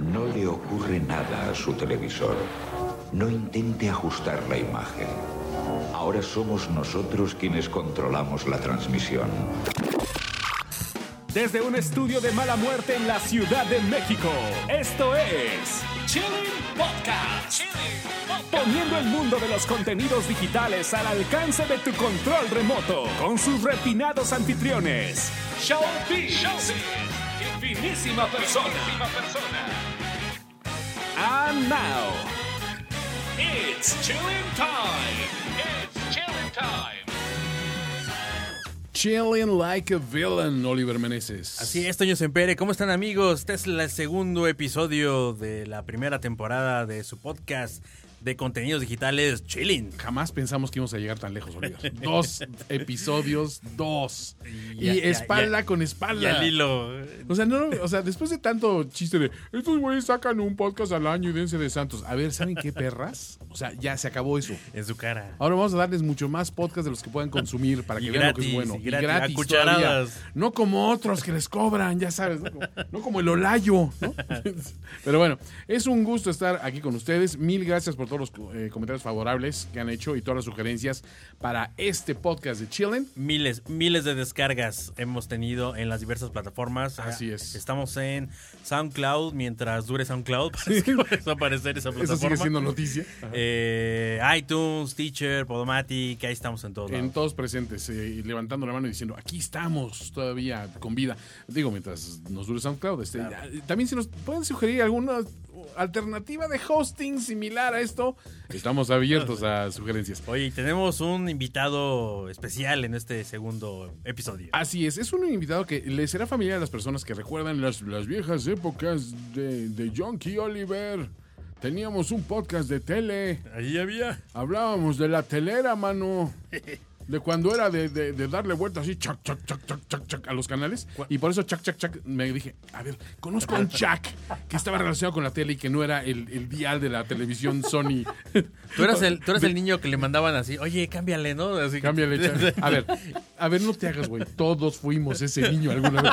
No le ocurre nada a su televisor. No intente ajustar la imagen. Ahora somos nosotros quienes controlamos la transmisión. Desde un estudio de mala muerte en la Ciudad de México, esto es Chilling Podcast. Poniendo el mundo de los contenidos digitales al alcance de tu control remoto con sus refinados anfitriones. Showbiz. Finísima persona. And now, it's chilling time. It's chilling time. Chilling like a villain, Oliver Meneses. Así es, Toño Sempere. ¿Cómo están, amigos? Este es el segundo episodio de la primera temporada de su podcast de contenidos digitales Chilling. Jamás pensamos que íbamos a llegar tan lejos, Oliver. Dos episodios, dos. Y, Ya, ya, espalda ya. con Y espalda. al hilo. O sea, no, o sea, después de tanto chiste de estos güeyes sacan un podcast al año y dense de santos. A ver, ¿saben qué perras? O sea, ya se acabó eso. En su cara. Ahora vamos a darles mucho más podcast de los que puedan consumir para que Y vean lo que es gratis, bueno. y gratis, a todavía. cucharadas. No como otros que les cobran, ya sabes. No como, no como el Olayo. ¿no? Pero bueno, es un gusto estar aquí con ustedes. Mil gracias por todos los eh, comentarios favorables que han hecho y todas las sugerencias para este podcast de Chillen. Miles, miles de descargas hemos tenido en las diversas plataformas. Así es. Estamos en SoundCloud mientras dure SoundCloud. Para que vuelva a aparecer esa Eso sigue plataforma. siendo noticia. Eh, iTunes, Teacher, Podomatic, ahí estamos en todos En lados. todos presentes, eh, y levantando la mano y diciendo, aquí estamos todavía con vida. Digo, mientras nos dure SoundCloud. Este, ya, También si nos pueden sugerir alguna alternativa de hosting similar a esto, estamos abiertos a sugerencias. Oye, y tenemos un invitado especial en este segundo episodio. Así es, es un invitado que le será familiar a las personas que recuerdan las, las viejas épocas de, de John Key Oliver. Teníamos un podcast de tele. Ahí había. Hablábamos de la telera, mano. De cuando era de, de- de darle vuelta así, chac, chac, chac, chac, chac, chac, a los canales. Y por eso, chac, chac, chac, me dije, a ver, conozco a un chac que estaba relacionado con la tele y que no era el, el dial de la televisión Sony. Tú eras el, tú eras el niño que le mandaban así, oye, cámbiale, ¿no? Así que- Cámbiale, chac. A ver, a ver, no te hagas, güey. Todos fuimos ese niño alguna vez.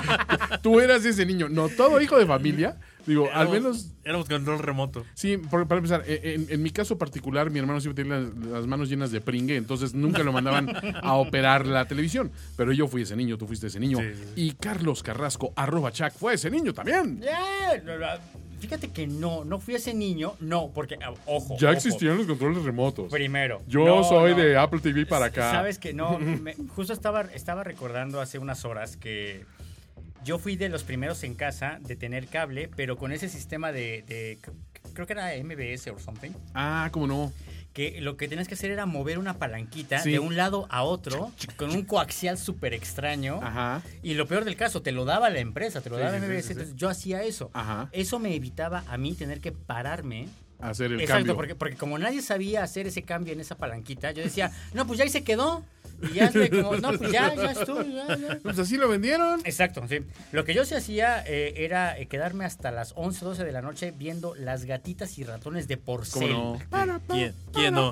Tú eras ese niño. No, todo hijo de familia. Digo, al Éramos- menos Éramos control remoto. Sí, por- para empezar, e- en, en mi caso particular, mi hermano siempre tenía las, las manos llenas de pringue, entonces nunca lo mandaban a operar la televisión. Pero yo fui ese niño, tú fuiste ese niño. Sí, sí, sí. Y Carlos Carrasco, arroba Chac, fue ese niño también. Ya, no, no, Fíjate que no, no fui ese niño, no, porque, ah, ojo. Ya ojo. existían los controles remotos. Primero. Yo No, soy no. de Apple TV para acá. Sabes que no, me- justo estaba, estaba recordando hace unas horas que yo fui de los primeros en casa de tener cable, pero con ese sistema de, de- creo que era MBS o something, Ah, cómo no. que lo que tenías que hacer era mover una palanquita Sí. de un lado a otro con un coaxial súper extraño. Ajá. Y lo peor del caso, te lo daba la empresa, te lo Sí, daba sí, sí, MBS, sí, sí. entonces yo hacía eso. Ajá. Eso me evitaba a mí tener que pararme Hacer el Exacto, cambio. Porque, porque como nadie sabía hacer ese cambio en esa palanquita, yo decía, no, pues ya ahí se quedó. Y ya es como, no, pues ya, ya estuvo, ya, ya". Pues así lo vendieron. Exacto, sí. Lo que yo sí hacía eh, era eh, quedarme hasta las 11, 12 de la noche viendo las gatitas y ratones de ¿Cómo porcel. no? ¿Quién, quién no?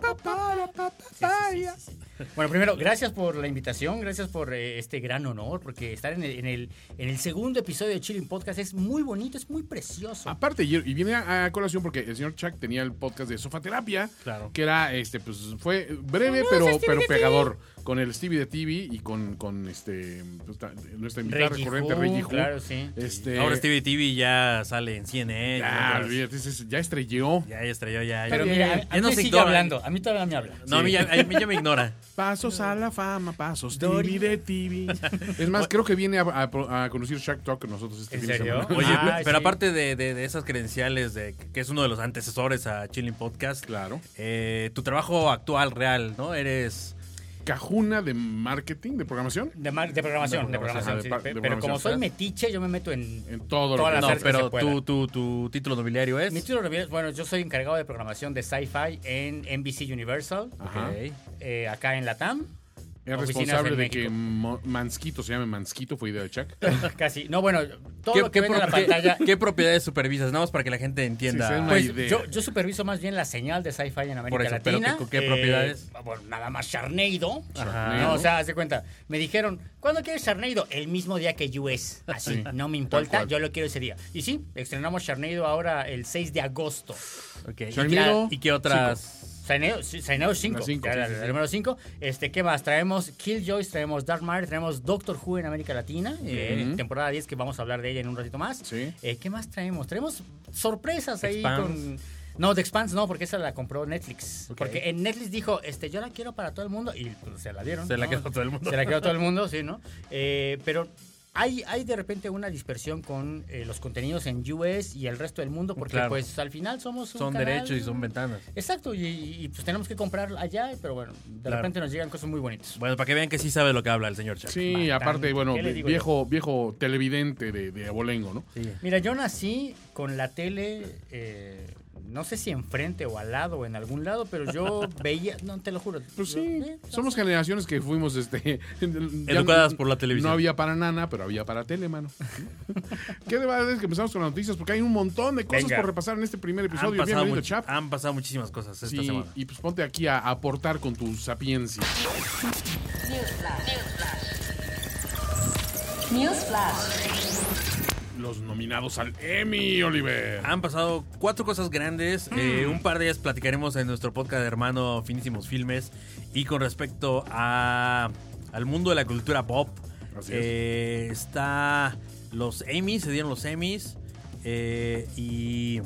Sí, sí, sí, sí, sí. Bueno, primero, gracias por la invitación, gracias por eh, este gran honor, porque estar en el, en el, en el segundo episodio de Chilling Podcast es muy bonito, es muy precioso. Aparte, y y viene a, a colación porque el señor Chuck tenía el podcast de Sofaterapia, Claro. que era, este, pues fue breve, pero, pero pegador, con el Stevie de TV y con, con este, pues, ta- nuestra invitada Reggie recurrente, Hu, Reggie Hu. Claro, sí. Este, Ahora Stevie TV ya sale en CNN. Ya, en otras- Ah, olvídate, ese es- ya estrelló. ya, ya estrelló, ya. Pero ya- mira, a- ya a, mí nos me sigue ignora. hablando, a mí todavía me habla. No, a mí ya, a mí ya me ignora. Pasos a la fama, pasos Dori. TV de TV. Es más, creo que viene a, a- a conocer Chuck Talk con nosotros este ¿En fin de serio? semana. Oye, Ah, pero sí. aparte de, de- de esas credenciales, de, que es uno de los antecesores a Chilling Podcast, Claro. eh, tu trabajo actual, real, ¿no? Eres... Cajuna de marketing, de programación. De, mar- de programación, De de programación, programación. ajá, sí. de par- Pe- de pero como programación. soy metiche, yo me meto en. En todo Todas lo que las No, artes que pero se puedan. tu, tu, tu título nobiliario es... Mi título revés- bueno, yo soy encargado de programación de sci-fi en NBC Universal, Ajá. Ok. eh, acá en Latam. Es Oficinas responsable de de que México. Mo- Mansquito se llame Mansquito, fue idea de Chuck. Casi. No, bueno, todo ¿Qué, lo qué que ven en la pro- qué- pantalla. qué propiedades supervisas? Nada más para que la gente entienda. Sí, sí, es una Pues, idea. de- Yo, yo superviso más bien la señal de sci-fi en América Por eso, pero Latina. Eh, ¿qué- qué propiedades? bueno, nada más Charneido. Charneido. No, o sea, haz de cuenta. Me dijeron, ¿cuándo quieres Charneido? El mismo día que US. Así, no me importa, cual. yo lo quiero ese día. Y sí, estrenamos Charneido ahora el 6 de agosto. ok. Sharknado, ¿Y qué otras? Charneido 5. La cinco, sí, sí, sí. El número 5. Este, ¿Qué más? Traemos Killjoys, traemos Dark Matter, traemos Doctor Who en América Latina. eh, temporada 10 que vamos a hablar de ella en un ratito más. Sí. Eh, ¿Qué más traemos? Traemos sorpresas ahí Expanse. con... No, The Expanse no, porque esa la compró Netflix. Ok. Porque en Netflix dijo, este, yo la quiero para todo el mundo. Y pues, se la dieron. Se la ¿no? quedó todo el mundo. Se la quedó todo el mundo, sí, ¿no? Eh, pero hay, hay de repente una dispersión con eh, los contenidos en US y el resto del mundo, porque Claro. pues al final somos un Son canal- derechos y son ventanas. Exacto, y, y- y, pues tenemos que comprar allá, pero bueno, de Claro. repente nos llegan cosas muy bonitas. Bueno, para que vean que sí sabe lo que habla el señor Chuck. Sí, Bastante. aparte, bueno, ¿Qué le digo viejo, viejo televidente de, de abolengo, ¿no? Sí. Mira, yo nací con la tele, eh, no sé si enfrente o al lado o en algún lado, pero yo veía, no, te lo juro. Pues yo- sí, eh, somos generaciones que fuimos este, ya Educadas no- por la televisión. No había para nana, pero había para tele, mano. ¿Qué le va a decir que empezamos con las noticias? Porque hay un montón de cosas Venga. por repasar en este primer Han episodio. pasado, Bienvenido, much- Chap. han pasado muchísimas cosas esta Sí, semana. y pues ponte aquí a aportar con tu sapiencia. Newsflash. Los nominados al Emmy, Oliver. Han pasado cuatro cosas grandes. Hmm. eh, un par de ellas platicaremos en nuestro podcast de hermano Finísimos Filmes. Y con respecto a, al mundo de la cultura pop, Así es. eh, está los Emmys, se dieron los Emmys. eh, y,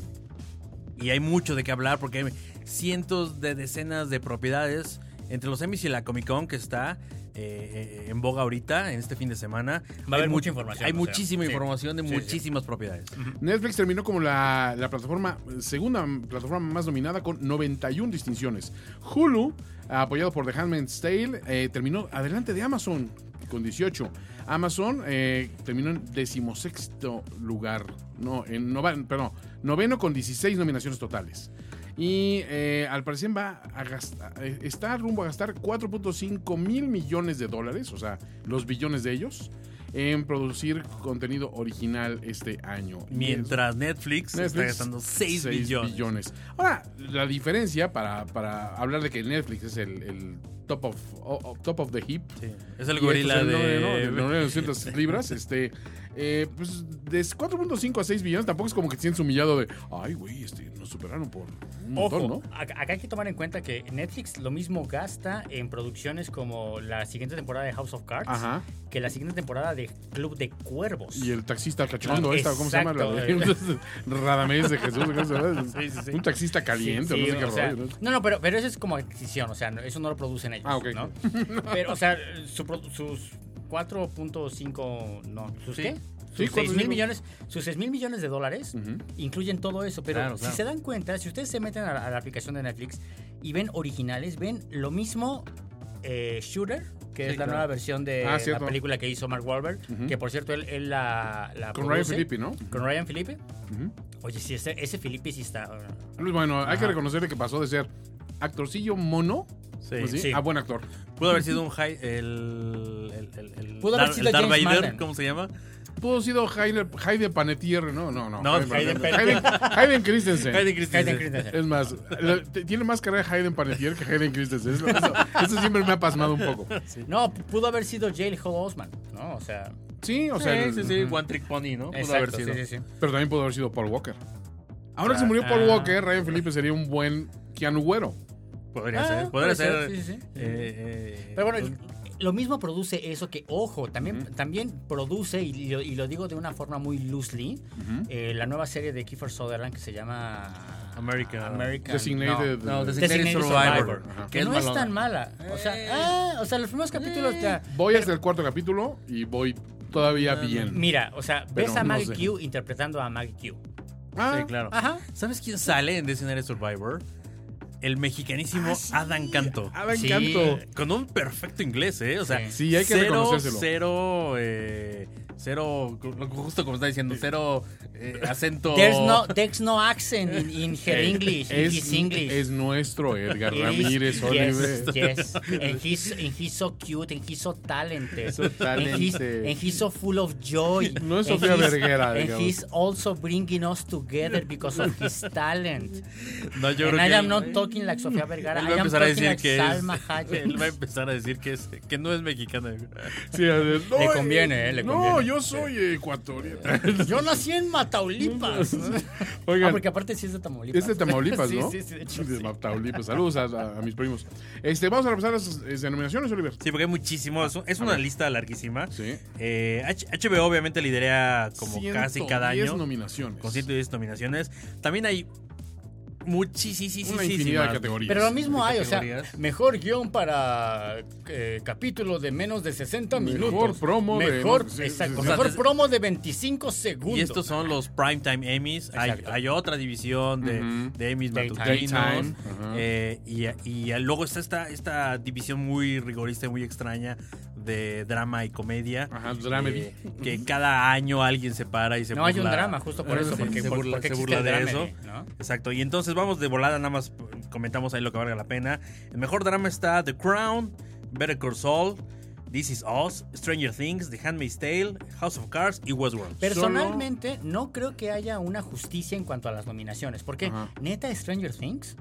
y hay mucho de qué hablar porque hay cientos de decenas de propiedades entre los Emmys y la Comic Con que está. eh, eh, en boga ahorita, en este fin de semana. Va a haber Hay mucha mu- información, Hay o sea, muchísima sí. información de Sí, sí. muchísimas propiedades. Netflix terminó como la, la plataforma, segunda plataforma más nominada con 91 distinciones. Hulu, apoyado por The Handmaid's Tale, eh, terminó adelante de Amazon con 18. Amazon eh, terminó en decimosexto lugar. No, en nova- perdón, noveno con 16 nominaciones totales. Y eh, al parecer va a gastar, eh, está rumbo a gastar 4.5 mil millones de dólares, o sea, los billones de ellos, en producir contenido original este año. Mientras Netflix, está gastando 6, seis billones. Ahora, la diferencia para, para hablar de que Netflix es el, el top, of, o- o- top of the heap. Sí, Es el y gorila esto es el de... noveno, de 900 libras, este, eh, pues de 4.5 a 6 billones tampoco es como que te sientes humillado de, ay, güey, este, nos superaron por un montón, Ojo, ¿no? ac- acá hay que tomar en cuenta que Netflix lo mismo gasta en producciones como la siguiente temporada de House of Cards Ajá. que la siguiente temporada de Club de Cuervos. Y el taxista cachondo, Claro, esta, ¿cómo se llama? La de- Radamés de Jesús. ¿cómo se llama? Sí, sí, sí. Un taxista caliente, Sí, no sí, sé qué o sea, rollo. ¿no? No, no, pero, pero eso es como adquisición, o sea, no- eso no lo producen ellos. Ah, ok. ¿no? Pero, o sea, su pro- sus 4.5, no, ¿sus Sí. qué? Sí, Sus 6 mil 4.5. millones, sus 6 mil millones de dólares incluyen todo eso, pero Claro, claro. si se dan cuenta, si ustedes se meten a la, a la aplicación de Netflix y ven originales, ven lo mismo eh, Shooter, que Sí, es la claro. nueva versión de Ah, la cierto. película que hizo Mark Wahlberg, que por cierto él, él la, la Con Ryan produce. Philippi, ¿no? Con Ryan Felipe. Oye, sí, ese, ese Felipe sí está. Pues bueno, hay que reconocerle que pasó de ser actorcillo mono Sí. pues sí, Sí. a buen actor. Pudo haber sido un high, el, el, el, el Pudo haber sido el Darth James Vader, Marsden. ¿cómo se llama? Pudo haber sido Jaime, Jaime Panetier, no, no, no. No, Jaime- Hayden- Hayden- Hayden Christensen. Hayden Christensen. Hayden Christensen. Es más, la- t- tiene más carrera Hayden Panetier que Hayden Christensen. Eso, eso- eso siempre me ha pasmado un poco. No, pudo haber sido Jail Hall Osman, ¿no? O sea. Sí, o sea, el- sí, sí, sí, One Trick Pony, ¿no? Pudo haber sido. sí, sí, sí. Pero también pudo haber sido Paul Walker. Ahora que se murió Paul Ah. Walker, Ryan Felipe sería un buen Keanu Güero. Podría Ah, ser, podría puede ser. ser, sí, sí, sí. eh, eh, Pero bueno, un- lo mismo produce eso que, ojo, también, también produce, y lo, y lo digo de una forma muy loosely, eh, la nueva serie de Kiefer Sutherland que se llama America- American- Designated. no. no, Designated Designated Survivor. Survivor, Ajá. Que es no es malona. tan mala. O sea, ah, o sea los primeros capítulos ya. Voy hasta el cuarto capítulo y voy Ah, todavía bien. Mira, o sea, ves Pero a no Maggie sé. Q interpretando a Maggie Q. Ah, Sí, claro. Ajá. ¿Sabes quién sale en Designated Survivor? el Ah, mexicanísimo Adam Canto. Adam Sí. Canto. Con un perfecto inglés, ¿eh? O sea, Sí. Sí, hay que cero, reconocérselo. Cero, eh, cero, lo- justo como está diciendo, cero eh, acento. There's no, there's no accent in, in her Eh, English. in Es, his English. es nuestro Edgar Yes, Ramírez, yes, Oliver. Yes, And he's, and he's so cute, and he's so talented. So And, he's, talented. and he's so full of joy. No es And Sofía he's- Vergara, And digamos. he's also bringing us together because of his talent. No, yo creo and I que am él- not talking like Sofía Vergara. él I va a am empezar a talking decir like que es. Salma Hayek. Él va a empezar a decir que, es, que no es mexicana. Sí, es- no, eh, conviene, eh, le No, conviene. Ah, yo soy ecuatoriano. Yo nací en Mataulipas. Oigan. Ah, porque aparte sí es de Tamaulipas. Es de Tamaulipas, Sí, ¿no? sí, sí, de hecho, De sí. Tamaulipas. Saludos a, a- a mis primos. Este, vamos a repasar las eh, denominaciones, Oliver. Sí, porque hay muchísimo. Es, un- es una lista larguísima. Sí. Eh, H- HBO obviamente lidera como casi cada 110 año. nominaciones. Con 110 nominaciones. También hay Una infinidad de muchísimas. categorías. Pero lo mismo hay, o sea, categorías. mejor guión para eh, capítulo de menos de 60 Mejor minutos. promo de- mejor, sí, sí, exacto, sí, sí. mejor O sea, promo de 25 segundos. Y estos son los Primetime Emmys. Hay, Exacto. hay otra división de, Ujú. de Emmys Daytime. matutinos. Daytime, ajá. eh, y, y luego está esta, esta división muy rigorista y muy extraña de drama y comedia. Ajá, pues, dramedy. Eh, que cada año alguien se para y se no burla. Eh, hay un drama justo por eso, Sí, porque se por- burla, porque se existe burla el de drama, eso. ¿no? Exacto, y entonces vamos de volada, nada más comentamos ahí lo que valga la pena. El mejor drama está The Crown, Better Call Saul, This Is Us, Stranger Things, The Handmaid's Tale, House of Cards y Westworld. Personalmente, no creo que haya una justicia en cuanto a las nominaciones, porque Ajá. neta Stranger Things,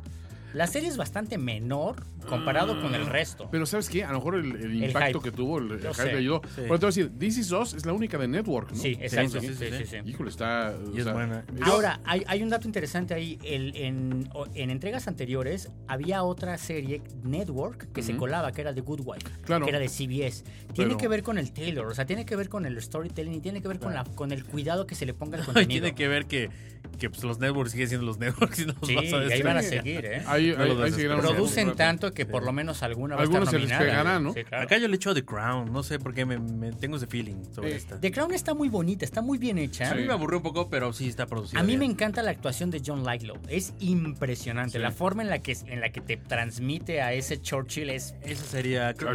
la serie es bastante menor comparado con el resto. Pero ¿sabes qué? A lo mejor el, el El impacto hype. que tuvo, el, el Yo hype sé. le ayudó. Sí. Pero te voy a decir, This Is Us es la única de Network, ¿no? Sí, exacto. sí, sí, sí, sí, sí, sí. Híjole, está... o Y es sea, buena. Ahora, hay, hay un dato interesante ahí. El- en, o- en entregas anteriores había otra serie, Network, que se colaba, que era de Good Wife, Claro. que era de CBS. Tiene Pero- que ver con el Taylor, o sea, tiene que ver con el storytelling y tiene que ver con, la, con el cuidado que se le ponga al contenido. Tiene que ver que, que pues, los networks siguen siendo los networks y no los Sí, vas a y ahí van a destruir. seguir, ¿eh? Ahí, No ahí- lo ahí seguirán Producen haciendo. tanto que por lo menos alguna va a Algunos se estar les nominada. pegará, ¿no? Sí, claro. Acá yo le echo a The Crown, no sé por qué me, me- tengo ese feeling sobre Eh, esta. The Crown está muy bonita, está muy bien hecha. A mí me aburrió un poco, pero sí está producida. A mí me bien. encanta la actuación de John Lightlow. Es impresionante. La forma en la, que, en la que te transmite a ese Churchill es Esa sería. Creo,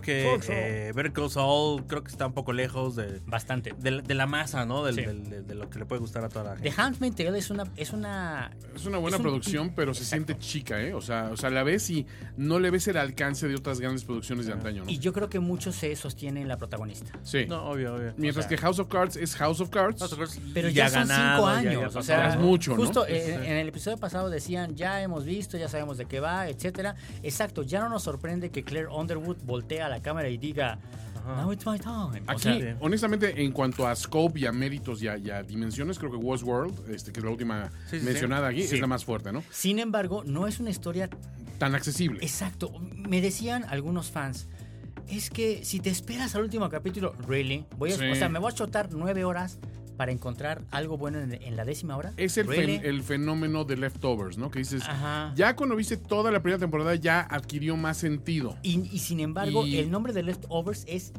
creo que eh, Better Call Saul creo que está un poco lejos de, bastante. de, la- de la masa, ¿no? Del- Sí. del- de, de lo que le puede gustar a toda la The gente. Handmaid's Tale es una, es una Es una buena Es un- producción, pero se siente chica, ¿eh? O sea, o sea, la ves y no le ves el alcance de otras grandes producciones de antaño, ¿no? Ah. y yo creo que mucho se sostiene en la protagonista. Sí. No, obvio, obvio. Mientras que House of Cards es House of Cards. Pero ya, son cinco años, o sea, Es mucho, ¿no? justo eh, en el episodio pasado decían ya hemos visto, ya sabemos de qué va, etcétera. Exacto, ya no nos sorprende que Claire Underwood voltea a la cámara y diga Now it's my time. O Aquí, sea, sea, honestamente, en cuanto a scope y a méritos y a, y a dimensiones, creo que Westworld, este, que es la última Sí, sí, mencionada aquí, Sí. es la más fuerte, ¿no? sin embargo, no es una historia Tan accesible. exacto. Me decían algunos fans es que si te esperas al último capítulo, really, voy a, Sí. o sea, me voy a chotar nueve horas para encontrar algo bueno en, en la décima hora. Es el, Really? fen- el fenómeno de Leftovers, ¿no? Que dices, Ajá. ya cuando viste toda la primera temporada ya adquirió más sentido. Y, y sin embargo, Y- el nombre de Leftovers es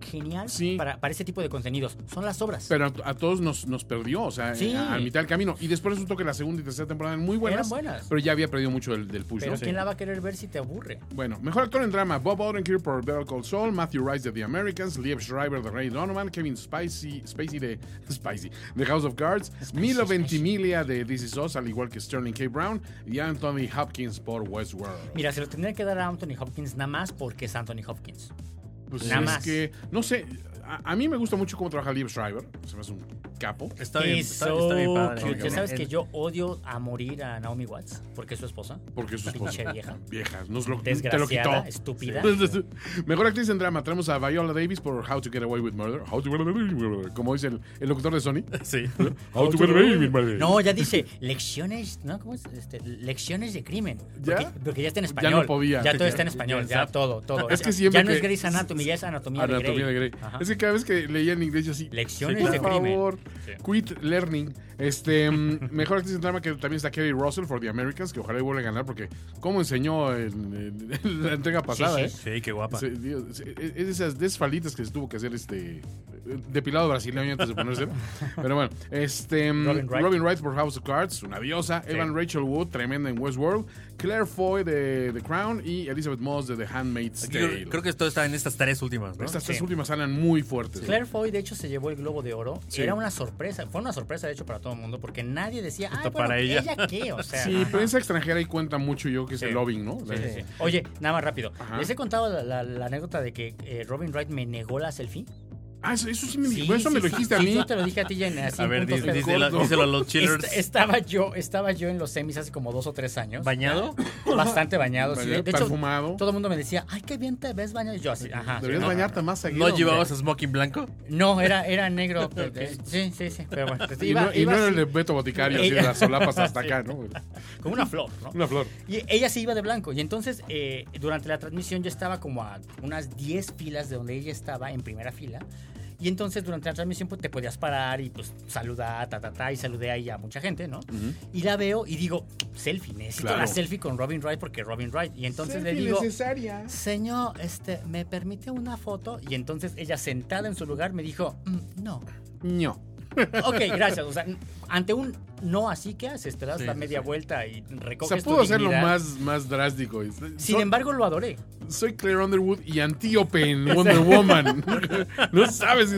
genial Sí. para, para ese tipo de contenidos. Son las obras. Pero a, a todos nos, nos perdió, o sea, Sí. a, a mitad del camino. Y después resultó que la segunda y tercera temporada eran muy buenas. Eran buenas. Pero ya había perdido mucho del, del push, Pero ¿no? ¿quién la va a querer ver si te aburre? Bueno, mejor actor en drama: Bob Odenkirk por Better Call Saul, Matthew Rice de The Americans, Liev Schreiber de Ray Donovan, Kevin Spacey, Spacey de Spacey de House of Cards, Milo Ventimiglia de This Is Us, al igual que Sterling K. Brown y Anthony Hopkins por Westworld. Mira, se lo tendría que dar a Anthony Hopkins nada más porque es Anthony Hopkins. Pues nada es más. que no sé, a, a mí me gusta mucho cómo trabaja Liev Schreiber, se me hace un capo. Está bien, He's está, so está bien padre. cute. Oiga, ¿Sabes en- que yo odio a morir a Naomi Watts? Porque es su esposa. Porque es su Pinche esposa. vieja. Vieja, nos lo, te lo quitó. Desgraciada, estúpida. Mejor actriz en drama, tenemos a Viola Davis por How to Get Away with Murder. How to Get Away with Murder, como dice el, el locutor de Sony. Sí. How to Get Away with Murder. No, ya dice lecciones, ¿no? ¿Cómo es? Este, lecciones de crimen. ¿Ya? Porque, porque ya está en Ya español. no podía. Ya todo está en español, ya todo, todo. Es que Ya- siempre ya no que- es Grey's Anatomy, ya es Anatomía, Ah, Anatomía de Grey. Ajá. Es que cada vez que leía en inglés yo así. Lecciones por de crimen. favor, Sí. quit learning. Este, mm, mejor actriz en drama que también está Kerry Russell for the Americans, que ojalá y vuelva a ganar porque cómo enseñó en- en la entrega pasada, sí. ¿eh? Sí, qué guapa. Sí, Dios, sí, es es de esas, de esas falitas que se tuvo que hacer este depilado brasileño antes de ponerse. Pero bueno, este mm, Robin Robin Wright. Wright. por House of Cards, una diosa. Evan Rachel Wood, tremenda en Westworld. Claire Foy de The Crown y Elizabeth Moss de The Handmaid's Yo Tale. creo que esto está en estas tres últimas, ¿no? estas Sí. tres últimas salen muy fuertes. Claire Foy, de hecho, se llevó el Globo de Oro. Sí. Era una sorpresa. Fue una sorpresa, de hecho, para todo el mundo, porque nadie decía, ah, Hasta bueno, para ella". ella. qué? O sea, Sí, ajá. prensa extranjera ahí cuenta mucho yo que es Sí. el lobbying, ¿no? La- Sí, sí. Oye, nada más rápido. Ajá. ¿Les he contado la, la- la anécdota de que eh, Robin Wright me negó la selfie? Ah, eso, eso sí me dijiste. eso me lo dijiste sí, a mí. Yo te lo dije a ti, ya en así A en ver, puntos dice- pedos. díselo corto. díselo a los chillers. Est- estaba yo, estaba yo en los semis hace como dos o tres años. ¿Bañado? bastante bañado. sí. Bañado, de hecho, perfumado. todo el mundo me decía, ay, qué bien te ves bañado. Y yo así, ajá. Deberías no, bañarte más seguido. ¿No hombre. llevabas smoking blanco? No, era, era negro. eh, sí, sí, sí. Pero bueno, pues, Y iba- no, y iba no era el así, de Beto Boticario, así de las solapas hasta acá, ¿no? como una flor, ¿no? Una flor. Y ella se iba de blanco. Y entonces, eh, durante la transmisión, yo estaba como a unas 10 filas de donde ella estaba, en primera fila. Y entonces, durante la transmisión, pues, te podías parar y pues saludar, ta, ta, ta. Y saludé ahí a mucha gente, ¿no? Y la veo y digo, selfie, necesito Claro. la selfie con Robin Wright porque Robin Wright. Y entonces le digo, señor, este, ¿me permite una foto? Y entonces ella, sentada en su lugar, me dijo, "Mm, no. No. Ok, gracias. O sea, ante un no así, ¿qué haces? Te das Sí, la sí, media sí. vuelta y O recoges sea, tu pudo hacerlo dignidad. más, más drástico. Sin em- Soy- embargo, lo adoré. Soy Claire Underwood y antíope en Wonder Woman. no sabes.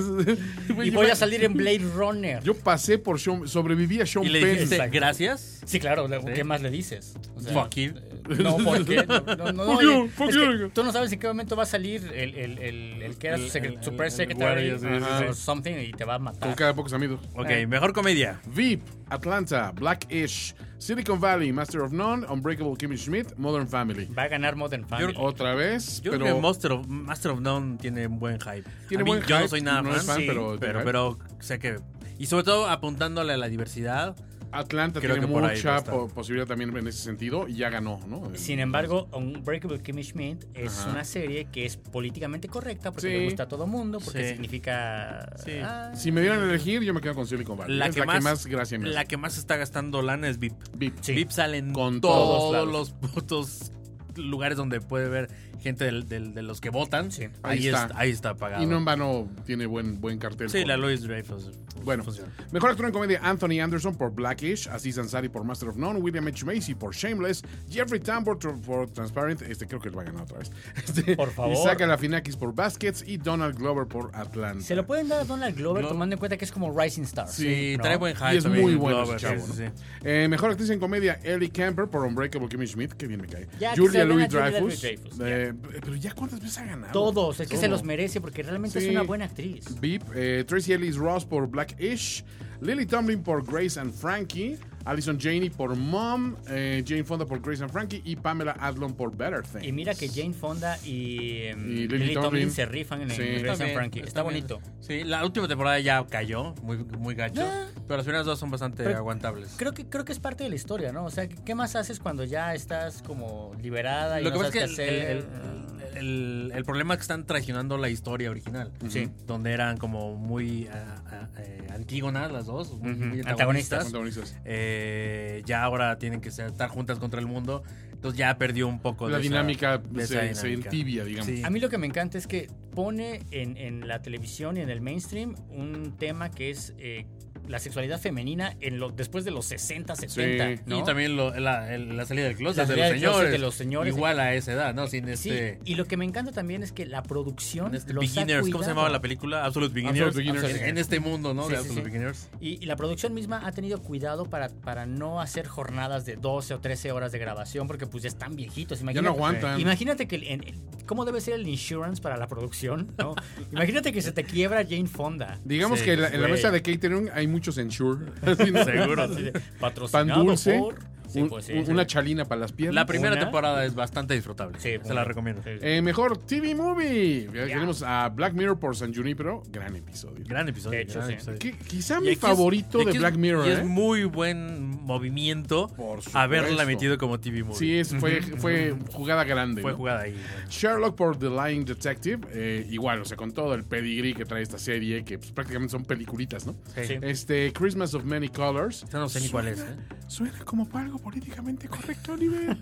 Pues Y voy a salir en Blade Runner. Yo pasé por Sean, sobreviví a Sean Y le "Este-". Penn. dijiste, Exacto. gracias. Sí, claro, le- Sí. ¿qué más le dices? O sea, Fuck you. eh, No, ¿por qué? No, no, no, Fuck oye, you, es fuck que you. tú no sabes en qué momento va a salir el, el, el, el que era su, El- secre- el- su el- press el secretary guardia, sí, o sí, sí. something y te va a Con matar. cada pocos amigos. Ok, Eh. mejor comedia. Veep, Atlanta, Blackish, Silicon Valley, Master of None, Unbreakable Kimmy Schmidt, Modern Family. Va a ganar Modern Family. Otra vez, Yo pero creo que Master of, Master of None tiene un buen hype. Tiene A mí, buen Yo no hype, soy nada no fan, es fan, sí, pero pero, tiene pero, sé que... Y sobre todo apuntándole a la diversidad. Atlanta creo tiene que por ahí va a mucha estar. po- posibilidad también en ese sentido y ya ganó, ¿no? Sin Mm, embargo, Unbreakable Kimmy Schmidt es Ajá. una serie que es políticamente correcta porque Sí. le gusta a todo mundo, porque Sí. significa... Sí. ah, Si me dieran a elegir, yo me quedo con Silicon Valley. La es que, la más, que más gracia me hace. La que más está gastando lana es VIP. Veep. Sí. VIP sale en Con todos, todos lados. los putos lugares donde puede ver gente del- del- de los que votan. Sí. Ahí Ahí, está. está. ahí está pagado. Y no en vano tiene buen, buen cartel. sí, con- la Lois Dreyfus. Bueno, funciona. mejor actor en comedia Anthony Anderson por Blackish, Aziz Ansari por Master of None, William H. Macy por Shameless, Jeffrey Tambor tr- por Transparent, este creo que lo va a ganar otra vez. Este, Por favor. Isaac Alafinakis por Baskets y Donald Glover por Atlanta. Se lo pueden dar a Donald Glover No. tomando en cuenta que es como Rising Star. Sí, ¿no? trae buen hype. Y es también, muy bueno Glover, ese chavo, sí, sí, ¿no? sí. Eh, mejor actriz en comedia, Ellie Camper por Unbreakable Kimmy Schmidt, que bien me cae. Ya, que Julia se lo Louis gana Julia Dreyfus. Louis-Dreyfus, Eh, Pero ya cuántas veces ha ganado. Todos, es que se Todo. los merece porque realmente Sí. es una buena actriz. Beep, eh, Tracy Ellis Ross por Blackish, Lily Tomlin por Grace and Frankie, Allison Janey por Mom, eh, Jane Fonda por Grace and Frankie y Pamela Adlon por Better Things. Y mira que Jane Fonda y, em, Y Lily Lily, Tomlin, Tomlin. se rifan en Sí. el Grace Está and bien, Frankie. Está, bien. bonito. Sí, la última temporada ya cayó, muy, muy gacho. Ah. Pero las primeras dos son bastante Pero- aguantables. Creo que, creo que es parte de la historia, ¿no? O sea, ¿qué más haces cuando ya estás como liberada y Lo que no pasa es sabes que qué el, hacer? Ah. el- el- el problema es que están traicionando la historia original. Sí. Donde eran como muy ah, ah, eh, antígonas las dos, muy, Ujú, muy antagonistas. antagonistas. Protagonistas. Eh, ya ahora tienen que ser- estar juntas contra el mundo. Entonces ya perdió un poco La de esa- dinámica de se, esa se dinámica. entibia, digamos. Sí. A mí lo que me encanta es que pone en, en la televisión y en el mainstream un tema que es eh, la sexualidad femenina en lo, después de los 60, 70. Sí. ¿no? Y también lo- la, el- la salida del closet, La de, salida los del closet señores, de los señores. Igual a esa edad, ¿no? Sin Sí, este. y lo que me encanta también es que la producción. en este los ha beginners, ¿cómo se cuidado. llamaba la película? Absolute Beginners. Absolute Beginners. En- En este mundo, ¿no? Sí, de sí, Absolute sí. Beginners. Y, y la producción misma ha tenido cuidado para, para no hacer jornadas de 12 o 13 horas de grabación porque pues ya están viejitos. Imagínate, aguantan. Imagínate que el- en- cómo debe ser el insurance para la producción. ¿no? imagínate que se te quiebra Jane Fonda. Digamos Sí, que la- en la güey. mesa de catering hay muchos ensure. Así, ¿no? Seguro, Así de, Pues Pan Patrocinado dulce, por... Sí, un- pues, sí, un- sí. una chalina para las piernas. La primera Una. temporada es bastante disfrutable. Sí, se la recomiendo. Sí, sí. Eh, mejor TV Movie. Tenemos a Black Mirror por San Junipero. Gran episodio. Gran episodio. De hecho, gran sí. episodio. Que- quizá Y mi aquí es- favorito y aquí de es- Black Mirror. Y es ¿eh? muy buen, movimiento Por supuesto. haberla metido como TV Movie. Sí, es- fue, fue jugada grande. Fue ¿no? jugada ahí. güey. Sherlock por The Lying Detective, eh, igual, o sea, con todo el pedigrí que trae esta serie, que pues, prácticamente son peliculitas, ¿no? Sí. Este, Christmas of Many Colors. Esta no sé ni cuál es. ¿eh? Suena como para algo políticamente correcto, Oliver.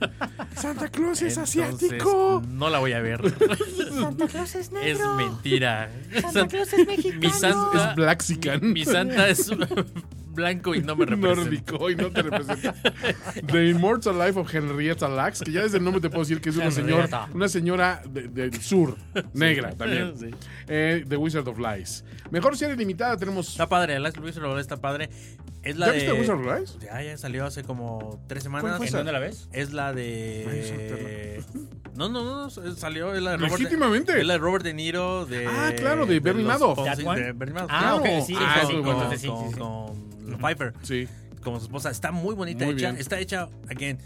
Santa Claus es Entonces, asiático. No la voy a ver. Santa Claus es es negro. mentira. Santa Claus es mexicano. Mi santa Es Blaxican. Mi, mi santa es blanco y no me representa. Nórdico y no te representa. The Immortal Life of Henrietta Lacks, que ya desde el nombre te puedo decir que es una señora, Henrietta. una señora de- del sur, negra también. Sí. Eh, The Wizard of Lies. Mejor serie limitada tenemos. Está padre, Alex Luis Obrador está padre. Es la ¿Ya de viste The Wizard of Lies? Ya, ya salió hace como tres semanas. ¿Cuál fue ¿En esa? dónde la ves? Es la de. No, no, no, s- salió. Es la de Robert, Legítimamente. Es la de Robert De Niro. De, Ah, claro, de Bernie los Madoff. Ponzi- ¿That one? de Bernie Madoff. Ah, claro. ok, Claro. sí, Ah, sí, es sí, muy con- bueno. sí, sí, con, sí. con Piper, Sí. como su esposa. Está muy bonita Muy hecha. bien. Está hecha, again,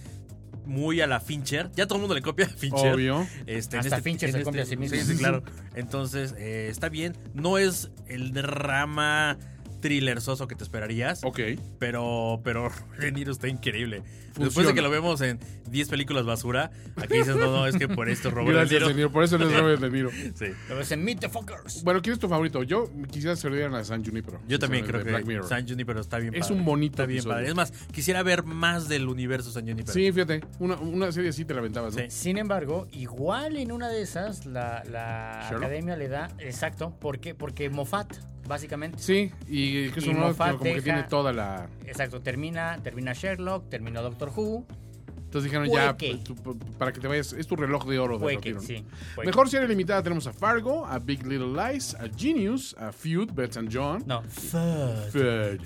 muy a la Fincher. Ya todo el mundo le copia a Fincher. Obvio. Este, en Hasta este- Fincher en se este- copia a sí mismo. Sí, sí, claro. Entonces, eh, está bien. No es el drama thrillersoso que te esperarías. Ok. Pero, pero De Niro está increíble. Después Funciona. de que lo vemos en 10 películas basura, aquí dices, no, no, es que por esto Robert Gracias, De De Niro. Niro. Por eso no es Robert De Niro. Sí. Lo ves en Meet the Fuckers. Bueno, ¿quién es tu favorito? Yo quisiera se lo dieran a San Junipero. Yo también De creo Black que Mirror. San Junipero está bien Es padre. un bonito Está bien episodio. padre. Es más, quisiera ver más del universo San Junipero. Sí, fíjate. Una, una serie así te la aventabas, ¿no? Sí. Sin embargo, igual en una de esas, la, la Sherlock. academia le da. Exacto. ¿Por qué? Porque Moffat, básicamente. Sí, y que es Y un nuevo Moffat como que deja- tiene toda la. Exacto, termina, termina Sherlock, terminó Doctor Who. Entonces dijeron Puede ya, pues, que. tu- tu- para que te vayas, es tu reloj de oro. de Puede retiro, ¿no? que, sí. puede Mejor serie limitada tenemos a Fargo, a Big Little Lies, a Genius, a Feud, Bets and John, que- No. Feud,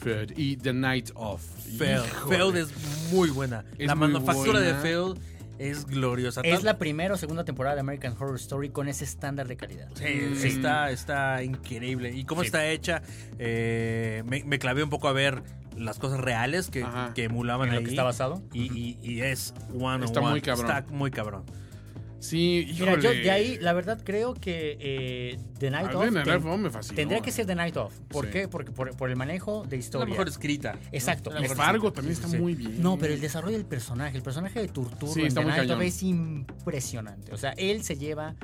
Feud y The Night Of. Feld. Híjole. Feld es muy buena. Es la muy manufactura buena. de Feld es gloriosa. Es Tan- la primera o segunda temporada de American Horror Story con ese estándar de calidad. Sí, sí, está, está increíble. Y cómo está hecha, eh, me, me clavé un poco a ver las cosas reales que, Ajá. que emulaban ¿En lo ahí. que está basado? Y, y- y es one on Está one. muy cabrón. Está muy cabrón. Sí, híjole. Mira, yo de ahí, la verdad, creo que eh, The A Night ver, Of. en el ten- iPhone me fascinó. tendría que ser The Night Of. ¿Por eh. Sí. qué? Porque por, por el manejo de Es la historia. mejor escrita. Exacto. Es la mejor Fargo escrita. también está Sí. muy bien. No, pero el desarrollo del personaje, el personaje de Turturro Sí, en está The muy Night Of cañón. es impresionante. O sea, él se lleva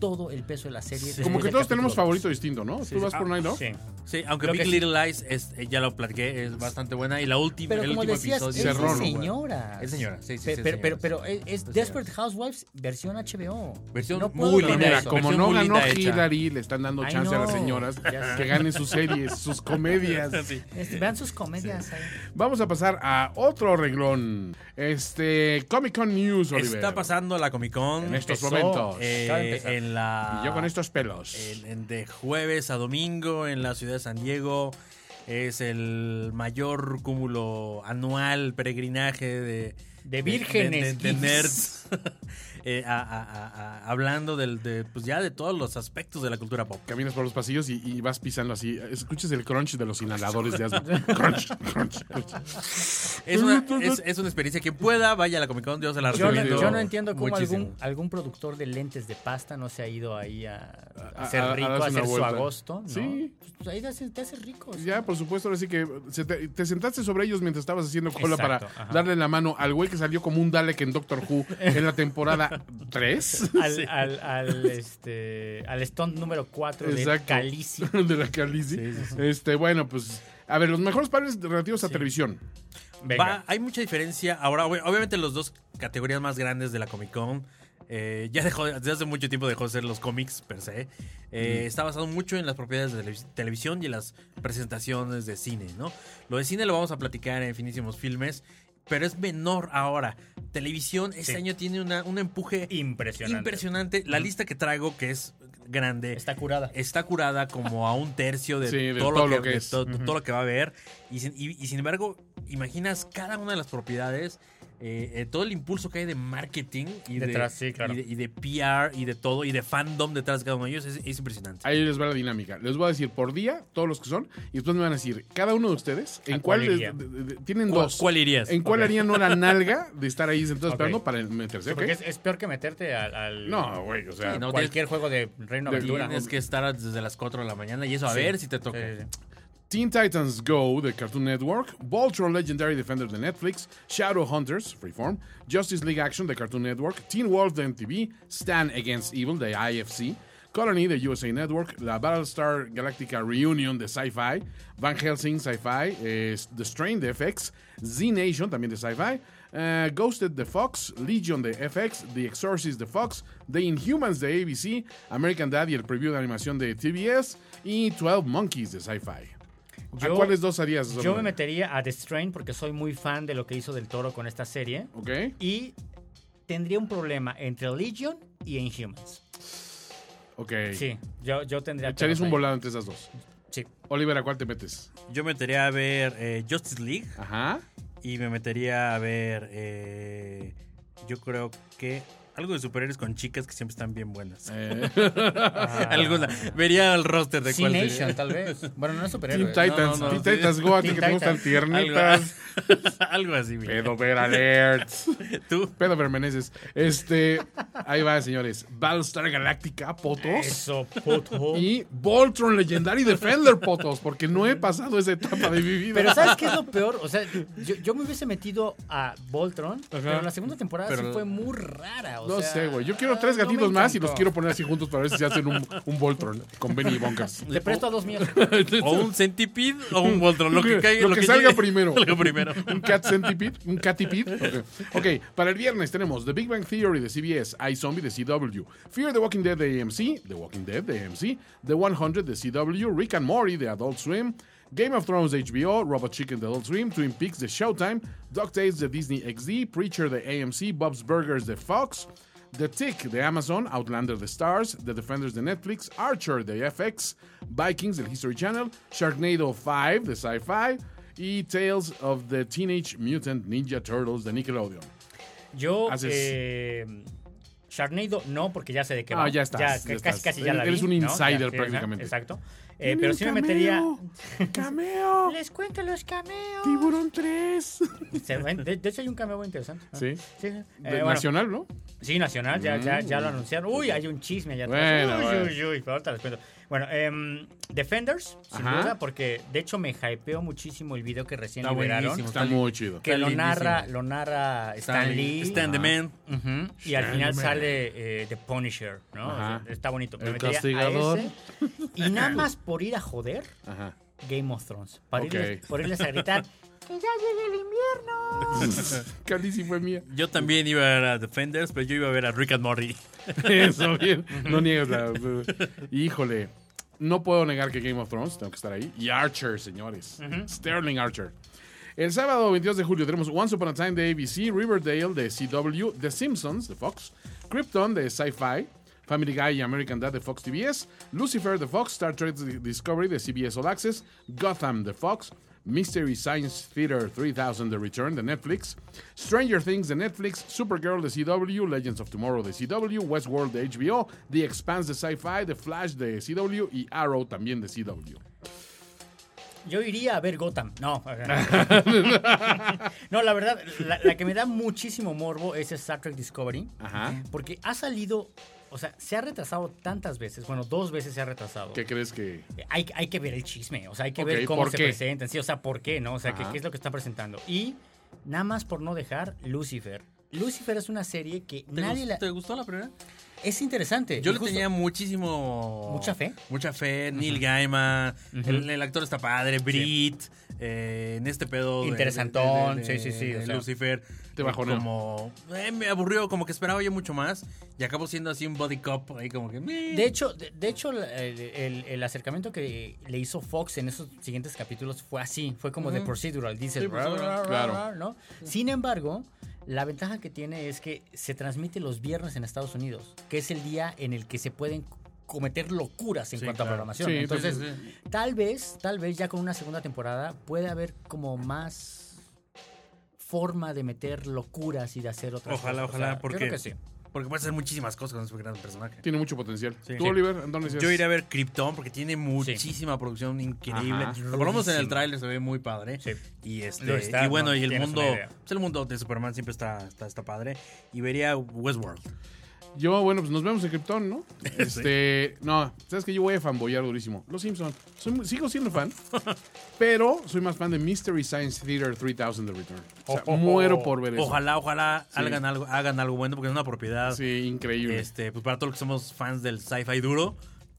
todo el peso de la serie. Sí. Como después que del todos tenemos capítulo favorito distinto, ¿no? Tú vas por Night Of. Sí. Sí, aunque Lo Big que sí- Little Lies, es- eh, ya lo platiqué, es bastante buena. Y la última, Pero el como último decías, es episodio. de Cerrón, güey. señoras. Es señora, sí, sí, Pe- sí, pero, pero, señoras. pero eh, es, es señoras. Desperate Housewives versión HBO. Versión No puedo muy Pero linda. creer mira, hecha. eso. como Versión no muy ganó linda hecha. Hillary, le están dando Ay, chance a las no. señoras Ya sé. que ganen sus series, sus comedias. Este, vean sus comedias. ahí. Vamos a pasar a otro reglón. Este, Comic Con News, Oliver. Está pasando la Comic Con. En estos Empezó, momentos. eh, Acaba de empezar. en la y yo con estos pelos. el- en- de jueves a domingo en la ciudad de San Diego. Es el mayor cúmulo anual, peregrinaje de... De vírgenes, De, de- de geeks. nerds. Eh, a- a- a- a- hablando del, de, pues ya de todos los aspectos de la cultura pop. Caminas por los pasillos y, y vas pisando así. Escuchas el crunch de los inhaladores de asma. crunch, crunch, crunch. Es una, es, es una experiencia. Quien pueda, vaya a la Comic Con, Dios se la Yo, no, recomiendo yo no entiendo cómo muchísimo. algún, algún productor de lentes de pasta no se ha ido ahí a, a A- hacer a- a rico, a, darse una hacer su vuelta. agosto. ¿no? Sí. Pues ahí te haces, te haces rico. Ya, por supuesto, ahora sí que se te, te sentaste sobre ellos mientras estabas haciendo cola Exacto, para ajá. darle la mano al güey que salió como un Dalek en Doctor Who en la temporada 3. Al, al, al, este, al stunt número 4 de Exacto. Calici. de la Calici. Este, bueno, pues. A ver, los mejores padres relativos a televisión. Va- hay mucha diferencia. Ahora, ob- obviamente, los dos categorías más grandes de la Comic Con. eh, ya dejó, desde hace mucho tiempo dejó de ser los cómics per se. Mm. Eh, Está basado mucho en las propiedades de televis- televisión y en las presentaciones de cine, ¿no? Lo de cine lo vamos a platicar en finísimos filmes, pero es menor ahora. Televisión este Sí. año tiene una, un empuje Impresionante. Mm. impresionante. La lista que traigo, que es grande, Está curada. está curada como a un tercio de, Sí, de todo, lo que, de es. to- de todo lo que va a haber. Y sin, y- y sin embargo, imaginas cada una de las propiedades, eh, eh, todo el impulso que hay de marketing y, Detrás, de, sí, claro. y, de, y de PR y de todo, y de fandom detrás de cada uno de ellos, es, es impresionante. Ahí les va la dinámica. Les voy a decir por día, todos los que son, y después me van a decir, cada uno de ustedes, ¿en ¿A cuál, cuál les- iría? de- de- de- tienen ¿Cuál, dos? cuál irías? ¿En cuál Ok. harían una nalga de estar ahí sentados Ok. esperando para meterse? Sí, Porque ¿ok? es, es peor que meterte al, al- No, güey, o sea. Sí, no, cualquier juego de Reino Aventura. Tienes que estar desde las 4 de la mañana y eso a Sí. ver si te toca. Sí, sí, sí. Teen Titans Go de Cartoon Network, Voltron Legendary Defender de Netflix, Shadowhunters, Freeform, Justice League Action de Cartoon Network, Teen Wolf de MTV, Stand Against Evil de IFC, Colony de USA Network, la Battlestar Galactica Reunion de Sci-Fi, Van Helsing Sci-Fi, eh, The Strain de FX, Z Nation también de Sci-Fi, eh, Ghosted de Fox, Legion de FX, The Exorcist de Fox, The Inhumans de ABC, American Dad y el preview de animación de TBS y 12 Monkeys de Sci-Fi. ¿A Yo- cuáles dos harías? Yo me metería a The Strain porque soy muy fan de lo que hizo Del Toro con esta serie. ¿Ok? Y tendría un problema entre Legion y Inhumans. Ok. Sí, yo, yo tendría... Echarías pedos un ahí. volado entre esas dos. Sí. Oliver, ¿a cuál te metes? Yo metería a ver eh, Justice League Ajá. y me metería a ver. eh, yo creo que algo de superhéroes con chicas que siempre están bien buenas. Eh, Alguna. Vería el roster de Sí, cuál sería. Nation, tal vez. Bueno, no Teen es superhéroe. Titans. no, no, Teen sí. Titans Go, a ti Teen que te gustan Titans. tiernitas. Algo, algo así, mira. Pedo ver alert. Tú. Pedo ver meneses. Este, ahí va, señores. Battlestar Galactica, potos. Eso, puto. Y Voltron Legendary Defender, potos. Porque no he pasado esa etapa de mi vida. Pero ¿sabes qué es lo peor? O sea, yo, yo me hubiese metido a Voltron, pero la segunda temporada sí Pero- fue muy rara. o No sea, sé, güey. Yo quiero tres no me gatitos más y encantó. los quiero poner así juntos para ver si se hacen un, un Voltron con Benny y Bonkers. Le presto a dos míos. O un centipede o un Voltron. Lo que, caiga, Lo que salga llegue. primero. Lo que primero. un cat centipede, un catipede. Okay. ok, para el viernes tenemos The Big Bang Theory de CBS, iZombie de CW, Fear the Walking Dead de AMC, The Walking Dead de AMC, The 100 de CW, Rick and Morty de Adult Swim, Game of Thrones de HBO, Robot Chicken de Adult Swim, Twin Peaks de Showtime, DuckTales de Disney XD, Preacher de AMC, Bob's Burgers de Fox, The Tick de Amazon, Outlander de Stars, The Defenders de Netflix, Archer de FX, Vikings del History Channel, Sharknado 5 de Sci-Fi, y Tales of the Teenage Mutant Ninja Turtles de Nickelodeon. Yo, Haces- eh, Sharknado no, porque ya sé de qué va. Ah, ya estás, ya ca- estás. casi, casi ya la vi. Eres un ¿no? insider Ya, sí, prácticamente. Exacto. Eh, pero sí me metería... ¡Cameo! Les cuento los cameos. ¡Tiburón 3! se- De, de hecho hay un cameo muy interesante. ¿no? Sí. Sí, eh, De bueno, Nacional, ¿no? sí, Nacional, ya, ya, ya lo anunciaron. Uy, hay un chisme allá atrás. Mm. Bueno, uy, bueno. uy, uy, pero ahorita les cuento. Bueno, em, Defenders, sin Ajá. duda, porque de hecho me hypeó muchísimo el video que recién Está liberaron. buenísimo. Está muy chido. Que Está lo narra, lindísimo. lo narra Stan Lee. Stand the Man. Ujú, Y al final sale eh, The Punisher, ¿no? O sea, Ajá. está bonito. Me El metería a castigador. ese. Y nada más por ir a joder Ajá. Game of Thrones. Para Ok. irles- por irles a gritar. Que ya llegue el invierno. Candy sí fue mía. Yo también iba a ver a Defenders, pero yo iba a ver a Rick and Morty. Eso, bien. No niegues la... Híjole. No puedo negar que Game of Thrones, tengo que estar ahí. Y Archer, señores. Sterling Archer. El sábado 22 de julio tenemos Once Upon a Time de ABC, Riverdale de CW, The Simpsons de Fox, Krypton de Sci-Fi, Family Guy y American Dad de Fox TBS, Lucifer de Fox, Star Trek Discovery de CBS All Access, Gotham de Fox, Mystery Science Theater 3000 The Return de Netflix, Stranger Things de Netflix, Supergirl de CW, Legends of Tomorrow de CW, Westworld de HBO, The Expanse de Sci-Fi, The Flash de CW y Arrow también de CW. Yo iría a ver Gotham. No. no, la verdad, la, la que me da muchísimo morbo es Star Trek Discovery. Ajá. Porque ha salido, o sea, se ha retrasado tantas veces. Bueno, dos veces se ha retrasado. ¿Qué crees que...? Hay, hay que ver el chisme, o sea, hay que Ok, ver cómo ¿por se qué? presentan, sí, o sea, por qué, ¿no? O sea, qué, Ajá. qué es lo que están presentando. Y nada más por no dejar Lucifer. Lucifer es una serie que ¿Te, nadie gust- la... te gustó la primera? Es interesante. Yo y le justo- tenía muchísimo. ¿Mucha fe? Mucha fe. Neil Gaiman. el, el actor está padre. Brit. eh, en este pedo. de- Interesantón, sí, sí, sí, de o sea. Lucifer. Te Y bajoneo. Como. eh, me aburrió. Como que esperaba yo mucho más. Y acabó siendo así un body cop. Ahí como que. meh. De hecho, de, de hecho el, el- el acercamiento que le hizo Fox en esos siguientes capítulos fue así, fue como de procedural, dice, Sí, procedural. Claro. ¿no? Sin embargo, la ventaja que tiene es que se transmite los viernes en Estados Unidos, que es el día en el que se pueden cometer locuras en Sí, cuanto a claro. programación. Sí, Entonces, sí, tal vez, tal vez ya con una segunda temporada puede haber como más forma de meter locuras y de hacer otras Ojalá, cosas. O ojalá, sea, yo porque- creo que sí. Porque puede hacer muchísimas cosas con ese gran personaje. Tiene mucho potencial. Sí. ¿Tú, Sí. Oliver? Entonces, Yo iré a ver Krypton porque tiene muchísima producción increíble. Ajá. Lo ponemos en el Rudísimo. tráiler, se ve muy padre. Sí. Y este Lo está, y bueno, no, y el tienes mundo, una idea. pues, el mundo de Superman siempre está, está, está padre. Y vería Westworld. Yo, bueno, pues nos vemos en Krypton, ¿no? Este, no, sabes que yo voy a fanboyar durísimo. Los Simpson, soy muy- sigo siendo fan, pero soy más fan de Mystery Science Theater 3000 The Return. O sea, Ojo. muero por ver eso. Oh, Ojalá, ojalá hagan, algo, hagan algo bueno porque es una propiedad. Sí, increíble. Este, pues para todos los que somos fans del sci-fi duro.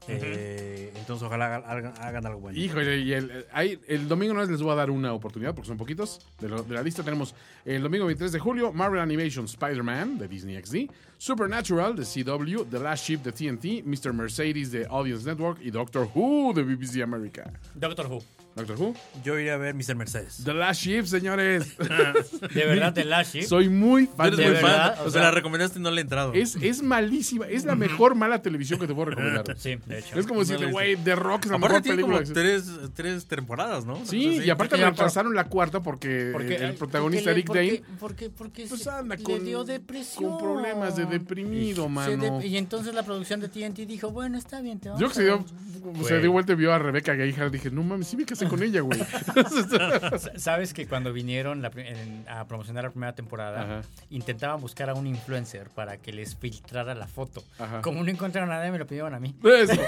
eh, entonces ojalá hagan- hagan, hagan algo bueno. Híjole, y el, el- ahí- el domingo no les voy a dar una oportunidad porque son poquitos. De, lo- de la lista tenemos el domingo 23 de julio Marvel Animation Spider-Man de Disney XD, Supernatural de CW, The Last Ship de TNT, Mr. Mercedes de Audience Network y Doctor Who de BBC America. Doctor Who. Doctor Who. Yo iré a ver Mr. Mercedes. The Last Ship, señores. De verdad, de Lash. ¿eh? Soy muy Tú fan eres de muy Doctor verdad, fan, o o sea, sea- la recomendaste y no le he entrado. Es, es malísima. Es la mejor mala televisión que te puedo recomendar. Sí, de hecho. Es como No decirle, la güey, The Rock es la Aparte mejor tiene como película. que- tres, tres temporadas, ¿no? Sí, y aparte ya- reemplazaron la cuarta porque, Porque- eh, el protagonista porque le- Eric Dane Porque, porque, porque pues se- anda le con, dio depresión. con problemas de deprimido, Se mano. de- y entonces la producción de TNT dijo, bueno, está bien, te vamos Yo que se a- dio, se Güey. dio vuelta y vio a Rebeca Gayhard, dije, no mames, sí me casé con ella, güey. Sa- Sabes que cuando vinieron la pri- en- a promocionar la primera temporada, Ajá. intentaban buscar a un influencer para que les filtrara la foto. Ajá. Como no encontraron a nadie, me lo pidieron a mí. Eso,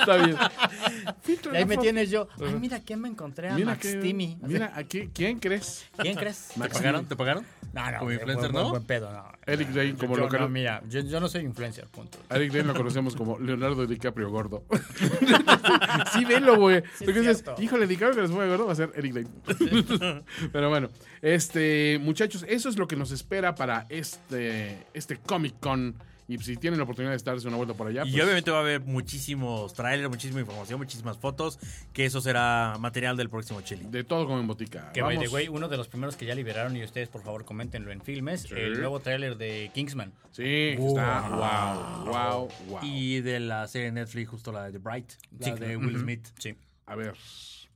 está bien. Y ahí me tienes yo. Ay, mira quién me encontré a Mira, Max que- Timmy. mira aquí, ¿quién crees? ¿Quién crees? ¿Te pagaron? ¿Te pagaron? No, no. Como buen- influencer, buen- ¿no? Buen pedo, no. Eric Dane, Eh, como Ah, yo, lo cono- no, mira, yo, yo no soy influencer, punto. A Eric Dane lo conocemos como Leonardo DiCaprio gordo. sí, venlo, güey. Sí, Porque es dices, cierto. híjole, DiCaprio que les fue gordo va a ser Eric Dane. Pero bueno, este, muchachos, eso es lo que nos espera para este, este Comic Con. Y si tienen la oportunidad de estarse una vuelta por allá, Y pues, obviamente va a haber muchísimos trailers, muchísima información, muchísimas fotos, que eso será material del próximo Chile. de todo como en botica. Que, by Vamos. the way, uno de los primeros que ya liberaron, y ustedes, por favor, coméntenlo en filmes, el nuevo tráiler de Kingsman. Sí, que está. Wow, wow, wow. Y de la serie Netflix, justo la de The Bright, la de Will Smith. Sí. A ver,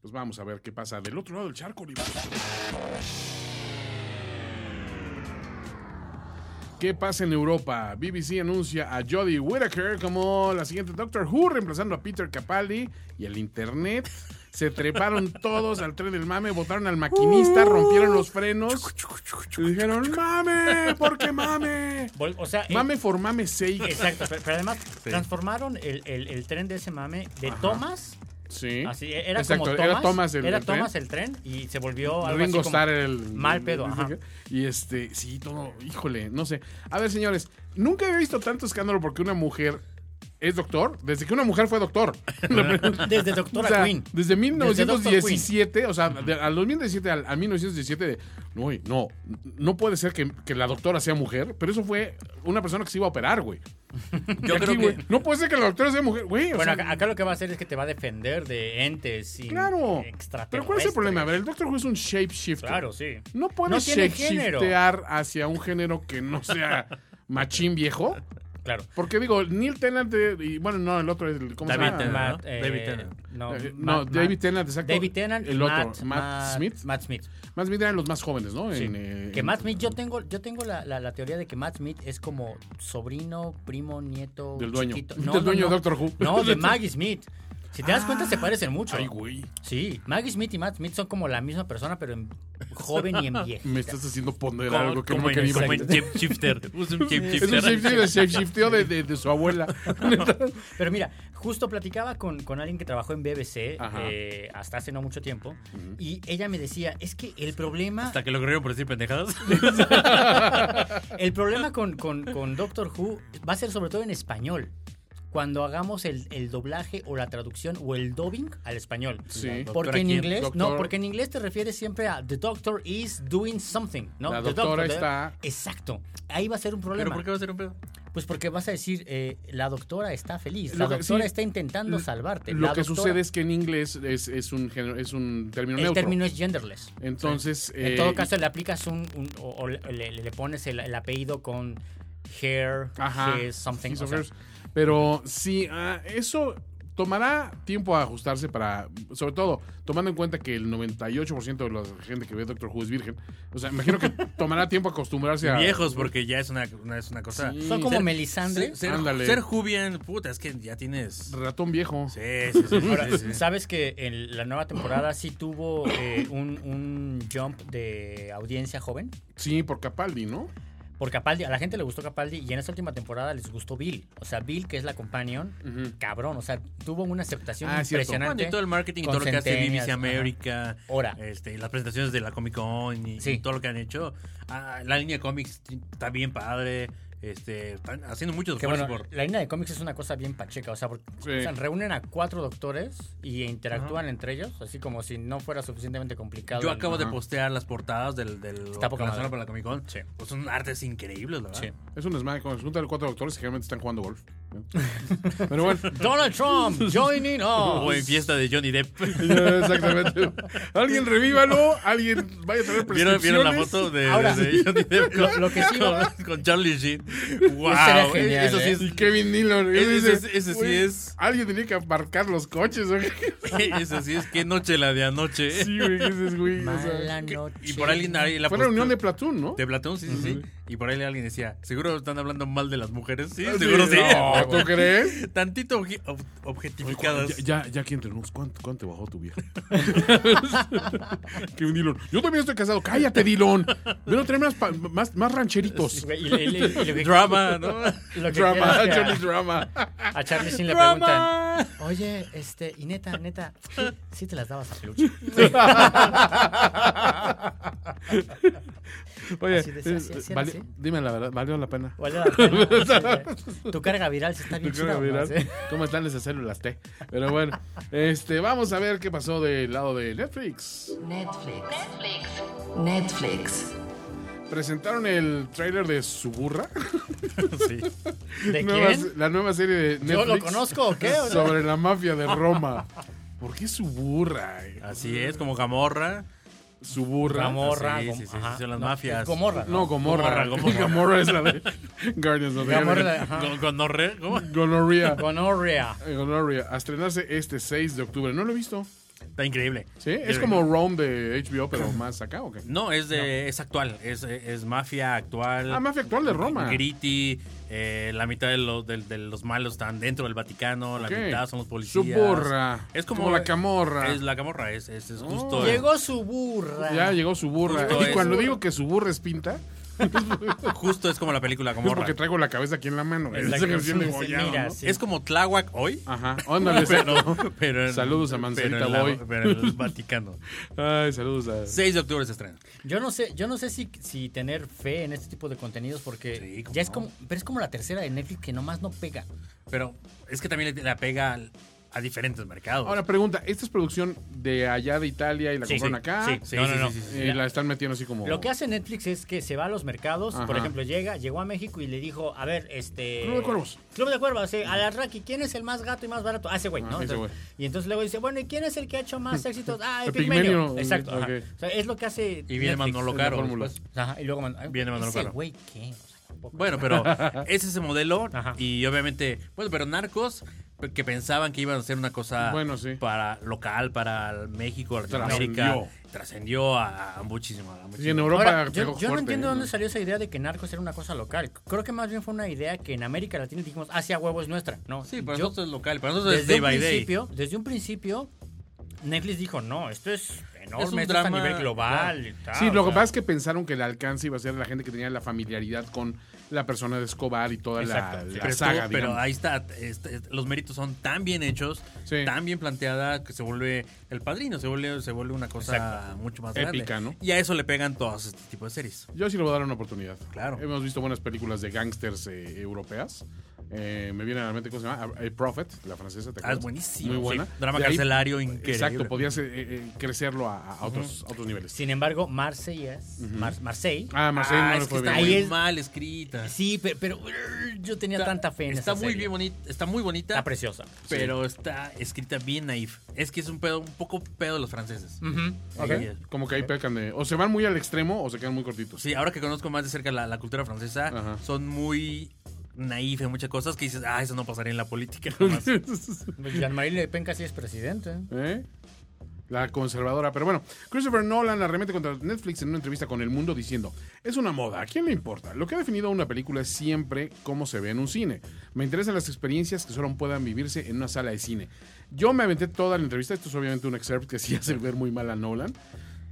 pues vamos a ver qué pasa del otro lado del charco, Oliver. ¿Qué pasa en Europa? BBC anuncia a Jodie Whittaker como la siguiente Doctor Who, reemplazando a Peter Capaldi y el Internet. Se treparon todos al tren del mame, votaron al Uh. maquinista, rompieron los frenos y dijeron, mame, ¿por qué mame? Vol- O sea, eh, Mame for mame sake. Exacto, pero, pero además transformaron el, el- el tren de ese mame de Thomas. Sí. Así, e, era Exacto, como Thomas. era Thomas el, era el tren. Thomas el tren y se volvió algo Ringo así como Starr el mal pedo, el- ajá. Y este, sí, todo, híjole, no sé. A ver, señores, nunca había visto tanto escándalo porque una mujer es doctor, desde que una mujer fue doctor. Desde Doctora O sea, Queen. Desde Doctor 1917, o sea, de- al 2017 al, al 1917, de, no, güey, no, no puede ser que, que la doctora sea mujer, pero eso fue una persona que se iba a operar, güey. Yo Y aquí, creo que... güey, no puede ser que la doctora sea mujer, güey. o Bueno, sea, acá, acá lo que va a hacer es que te va a defender de entes y claro. extraterrestres. Pero ¿cuál es el problema? A ver, el doctor Who es un shapeshifter. Claro, sí. ¿No No puedes tiene género. shiftear hacia un género que no sea machín viejo? Claro. Porque digo, Neil Tennant, eh, y bueno, no, el otro es el. ¿Cómo David se llama? Tennant. Matt, ¿no? David Tennant. No, Eh, Matt- no, David Matt- Tennant, exacto. David Tennant y El otro, Matt, Matt, Smith. Matt Smith. Más bien eran los más jóvenes, ¿no? Sí. En, eh, que en- Matt Smith, yo tengo, yo tengo la, la- la teoría de que Matt Smith es como sobrino, primo, nieto, Del dueño. chiquito. Del dueño de Doctor Who. Ah, No, de Maggie Smith. Si te das cuenta, se parecen mucho. Ay, güey. Sí, Maggie Smith y Matt Smith son como la misma persona, pero en joven y en viejo. Me estás haciendo ponderar Como, algo que no como me en, quería como en imaginar. Shape Shifter. Es un Shape Es un shapeshifter, el shapeshifteó de, de, de su abuela. Pero mira, justo platicaba con, con alguien que trabajó en BBC Ajá. eh, hasta hace no mucho tiempo y ella me decía, es que el problema... Hasta que lo creyeron por decir pendejadas. El problema con, con- con Doctor Who va a ser sobre todo en español. Cuando hagamos el, el doblaje o la traducción o el dubbing al español. Sí. Porque ¿Doctora en quién? inglés, Doctor- no, porque en inglés te refieres siempre a the doctor is doing something, ¿no? La The doctora the- está- Exacto. Ahí va a ser un ¿Pero problema. por qué va a ser un pedo? Pues porque vas a decir, eh, la doctora está feliz, la Lo que- doctora sí. está intentando salvarte. Lo la que doctora- sucede es que en inglés es, es un, género- es un término el neutro. término es genderless. Entonces. en eh, todo caso, le aplicas un, un- o, o le, le- le pones el, el apellido con hair, Ajá. his, something. His o of sea, hers. Pero sí, ah, eso tomará tiempo a ajustarse para, sobre todo, tomando en cuenta que el 98% de la gente que ve Doctor Who es virgen. O sea, imagino que tomará tiempo acostumbrarse a... Viejos, porque ya es una, una- es una cosa... Sí, son como Ser- melisandres. Ser, ser, Ándale. ser Jubian, puta, es que ya tienes... Ratón viejo. Sí, sí, sí. sí, sí, sí. Sabes que en la nueva temporada sí tuvo eh, un, un jump de audiencia joven Sí, por Capaldi, ¿no? Por Capaldi, a la gente le gustó Capaldi y en esta última temporada les gustó Bill. O sea, Bill, que es la companion, cabrón. O sea, tuvo una aceptación Ah, cierto. impresionante. Bueno, y todo el marketing, y todo con lo que hace centenias, BBC ajá. América, Ahora. este, las presentaciones de la Comic Con y, Sí. y todo lo que han hecho. Ah, la línea de cómics está bien padre. Este, están haciendo muchos Que esfuerzos bueno, por. la línea de cómics es una cosa bien pacheca, o sea, porque Sí. o sea, reúnen a cuatro doctores y interactúan entre ellos, así como si no fuera suficientemente complicado. Yo el- acabo de postear las portadas del, del Está poca que lanzaron madre. para la Comic Con. Sí. Pues son artes increíbles, la verdad. Sí. Es un desmadre. Cuando se juntan cuatro doctores, generalmente están jugando golf. ¿no? Pero bueno. Donald Trump, joining O en us. fiesta de Johnny Depp. Ya, Exactamente. Alguien revívalo, alguien vaya a traer ¿Vieron, prescripciones. ¿Vieron la foto de, Ahora, de Johnny Deep lo- lo que sí va- con, con Charlie Sheen? ¡Wow! Estaría genial, eso sí ¿eh? es, Y Kevin Dillon. Ese- Ese- ese- ese sí güey, es. Alguien tenía que aparcar los coches. ¿o qué? eso sí es qué noche la de anoche. ¿eh? Sí, güey, ese es, güey. o sea, Mala Que- noche. Y por alguien ahí la fue la reunión de postura- Platón, ¿no? de Platón, sí, sí, sí. Y por ahí alguien decía, ¿seguro están hablando mal de las mujeres? Sí, Ah, Sí, seguro sí. Ah, no, ¿Tú crees? Tantito obje- ob- objetificadas. Ya, ya, ya aquí entre nos, ¿cuánto, cuánto te bajó tu vieja? Kevin Dillon. Yo también estoy casado. Cállate, Dillon. Ven a traer más, pa- más, más rancheritos. Güey, y le- y le- y lo que- Drama, ¿no? lo que Drama, quiero es que a- Johnny Drama. A Charlie Sheen le preguntan, Drama. oye, este, y neta, neta, sí, sí te las dabas a peluche. Oye, Así decía, eh, así, así era, valió- sí. dime la verdad, valió la pena. Vale la pena. Tu carga viral se está bien Creo que chida. me ¿no? dirán, Sí. ¿Cómo están esas células T? Pero bueno, este, vamos a ver qué pasó del lado de Netflix. Netflix. Netflix. Presentaron el tráiler de Suburra, Sí. ¿De nueva quién? se- la nueva serie de Netflix. ¿Yo lo conozco o qué? O sea, Sobre la mafia de Roma. ¿Por qué Suburra? eh? Así es, como Gamorra. Suburra. Gamorra. Sí, Gom- sí, sí, sí, ajá. son las No, mafias. Gomorra. No, Gomorra. Gomorra, Gomorra. Gomorra es la de Guardians of the Gamorra, Galaxy. ajá. Con, con Norre, ¿cómo? Gonorrhea. Eh, Gonorrea. Gonorrhea. A estrenarse este 6 de octubre. No lo he visto. Está increíble. ¿Sí? Es como Rome de HBO, pero más acá, ¿o qué? No, es de, es actual, es, es mafia actual. Ah, mafia actual de Roma. Gritty, eh, la mitad de los, de, de los malos están dentro del Vaticano, la Ok. mitad son los policías. Suburra, Es como, como la camorra. Es la camorra, es, es, es justo. Llegó su burra. Ya llegó su burra. Justo y es. cuando digo que su burra es pinta, Justo es como la película es Camorra. porque Es, traigo la cabeza aquí en la mano. Es la Esa que canción de se Gollado, mira, ¿no? sí. como Tláhuac hoy. Ajá, ándale. Pero, pero en- Saludos a Mancerita pero en la- Boy. Pero en el Vaticano. Ay, saludos a... 6 de octubre se estrena. Yo no sé, yo no sé si, si tener fe en este tipo de contenidos porque Sí, cómo ya es no. como, pero es como la tercera de Netflix que nomás no pega. Pero es que también le, le apega al- a diferentes mercados. Ahora, pregunta. ¿Esta es producción de allá de Italia y la Sí, compraron sí, acá? sí. Sí, no, no, no. Y la están metiendo así como... Lo que hace Netflix es que se va a los mercados, por Ajá. ejemplo, llega, llegó a México y le dijo, a ver, este... Club de Cuervos. Club de Cuervos, sí, a la Raki, ¿quién es el más gato y más barato? Ah, ese güey, Ah, ¿no? ese Entonces- güey. Y entonces luego dice, bueno, ¿y quién es el que ha hecho más éxitos? Ah, Epigmenio. Epigmenio. Exacto. ajá. Ok. O sea, es lo que hace Y viene Manolo Caro. fórmula. después. Ajá, y luego Manolo. Viene Manolo ¿Ese Caro. güey qué? O sea, tampoco. Bueno, pero es ese modelo Ajá. y obviamente, bueno, pero narcos que pensaban que iban a ser una cosa Bueno, sí. para local, para México, Latinoamérica, Trascendió. trascendió a, a muchísimo. a muchísimo. Y en Europa Ahora, pegó yo, yo no fuerte, entiendo dónde salió esa idea de que Narcos era una cosa local. Creo que más bien fue una idea que en América Latina dijimos, hacia huevo es nuestra. No, Sí, para yo- nosotros es local, para nosotros es desde day un by day. principio, desde un principio, Netflix dijo, no, esto es enorme, Es un esto es drama, a nivel global y tal. Sí, lo o que sea, pasa es que pensaron que el alcance iba a ser la gente que tenía la familiaridad con la persona de Escobar y toda la, Exacto, sí. la Pero, estuvo- saga, pero digamos. ahí está, este, los méritos son tan bien hechos, Sí. tan bien planteada que se vuelve el padrino, se vuelve, se vuelve una cosa Exacto. mucho más Épica, grande. ¿no? Y a eso le pegan todos este tipo de series. Yo sí le voy a dar una oportunidad. Claro. Hemos visto buenas películas de gángsters eh, europeas. Eh, me viene a la mente, ¿cómo se llama? A, A Prophet, la francesa, ¿te Ah, acuerdas? es buenísimo. Muy buena. Sí, drama De ahí- Pues, carcelario increíble. Exacto, podías eh, eh, crecerlo a, a otros, a otros niveles. Sin embargo, Marseille es... Mar- Marseille. Ah, Marseille Ah, no es le que fue está bien. ahí muy es- mal escrita. Sí, pe- pero, urr, yo tenía Está- tanta fe en Está esa muy serie. bien bonita, está muy bonita, Está preciosa. pero está escrita bien naif. Es que es un pedo, un poco pedo de los franceses. Ujú. Sí, Ok, Como que ahí pecan de. O se van muy al extremo o se quedan muy cortitos. Sí, ahora que conozco más de cerca la, la cultura francesa, Ajá. son muy naif en muchas cosas que dices, ah, eso no pasaría en la política. jamás". Pues Jean-Marie Le Pen casi es presidente. ¿Eh? La conservadora. Pero bueno, Christopher Nolan arremete contra Netflix en una entrevista con El Mundo diciendo, es una moda, ¿a quién le importa? Lo que ha definido una película es siempre cómo se ve en un cine. Me interesan las experiencias que solo puedan vivirse en una sala de cine. Yo me aventé toda la entrevista, esto es obviamente un excerpt que sí hace ver muy mal a Nolan.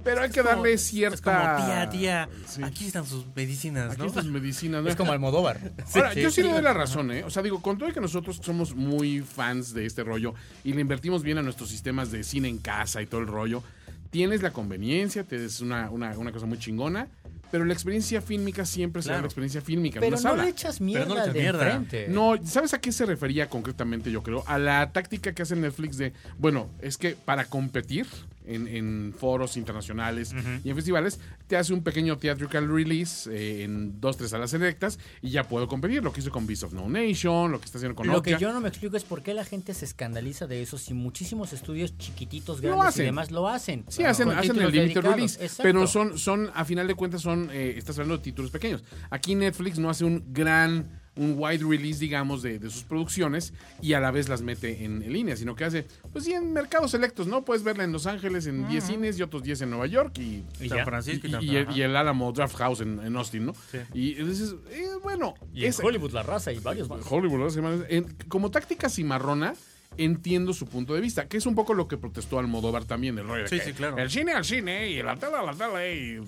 Pero hay que como- darle Es como, cierta. tía, tía, Sí. aquí están sus medicinas, Aquí ¿no? estas medicinas. ¿no? Es como Almodóvar. Ahora, sí. yo sí le doy la razón, ¿eh? O sea, digo, con todo y que nosotros somos muy fans de este rollo y le invertimos bien a nuestros sistemas de cine en casa y todo el rollo, tienes la conveniencia, te es una, una, una cosa muy chingona, pero la experiencia fílmica siempre será Claro. la experiencia fílmica en Pero una no sala. le echas mierda Pero no le echas al de mierda. enfrente. No, ¿sabes a qué se refería concretamente, yo creo? A la táctica que hace Netflix de, bueno, es que para competir en, en foros internacionales y en festivales, te hace un pequeño theatrical release eh, en dos, tres salas selectas y ya puedo competir. Lo que hizo con Beast of No Nation, lo que está haciendo con Lo que Okja. yo no me explico es por qué la gente se escandaliza de eso si muchísimos estudios chiquititos, Lo grandes y hacen. demás lo hacen. Sí, hacen, Con hacen el títulos limited dedicados. release, Exacto. pero son, son, a final de cuentas, son, eh, estás hablando de títulos pequeños. Aquí Netflix no hace un gran, un wide release, digamos, de, de sus producciones y a la vez las mete en, en línea, sino que hace, pues sí, en mercados selectos, ¿no? Puedes verla en Los Ángeles en 10 cines y otros 10 en Nueva York y... Y San ya. Francisco Y, y, San- y el, ajá. y el Alamo Draft House en, en Austin, ¿no? Sí. Y entonces, eh, bueno, Y en es- Hollywood la raza y varios más. Hollywood, ¿verdad? Se llama- en- como táctica cimarrona, entiendo su punto de vista, que es un poco lo que protestó Almodóvar también, el rollo de Sí, que sí, claro. El cine al cine, y la tela a la tela, y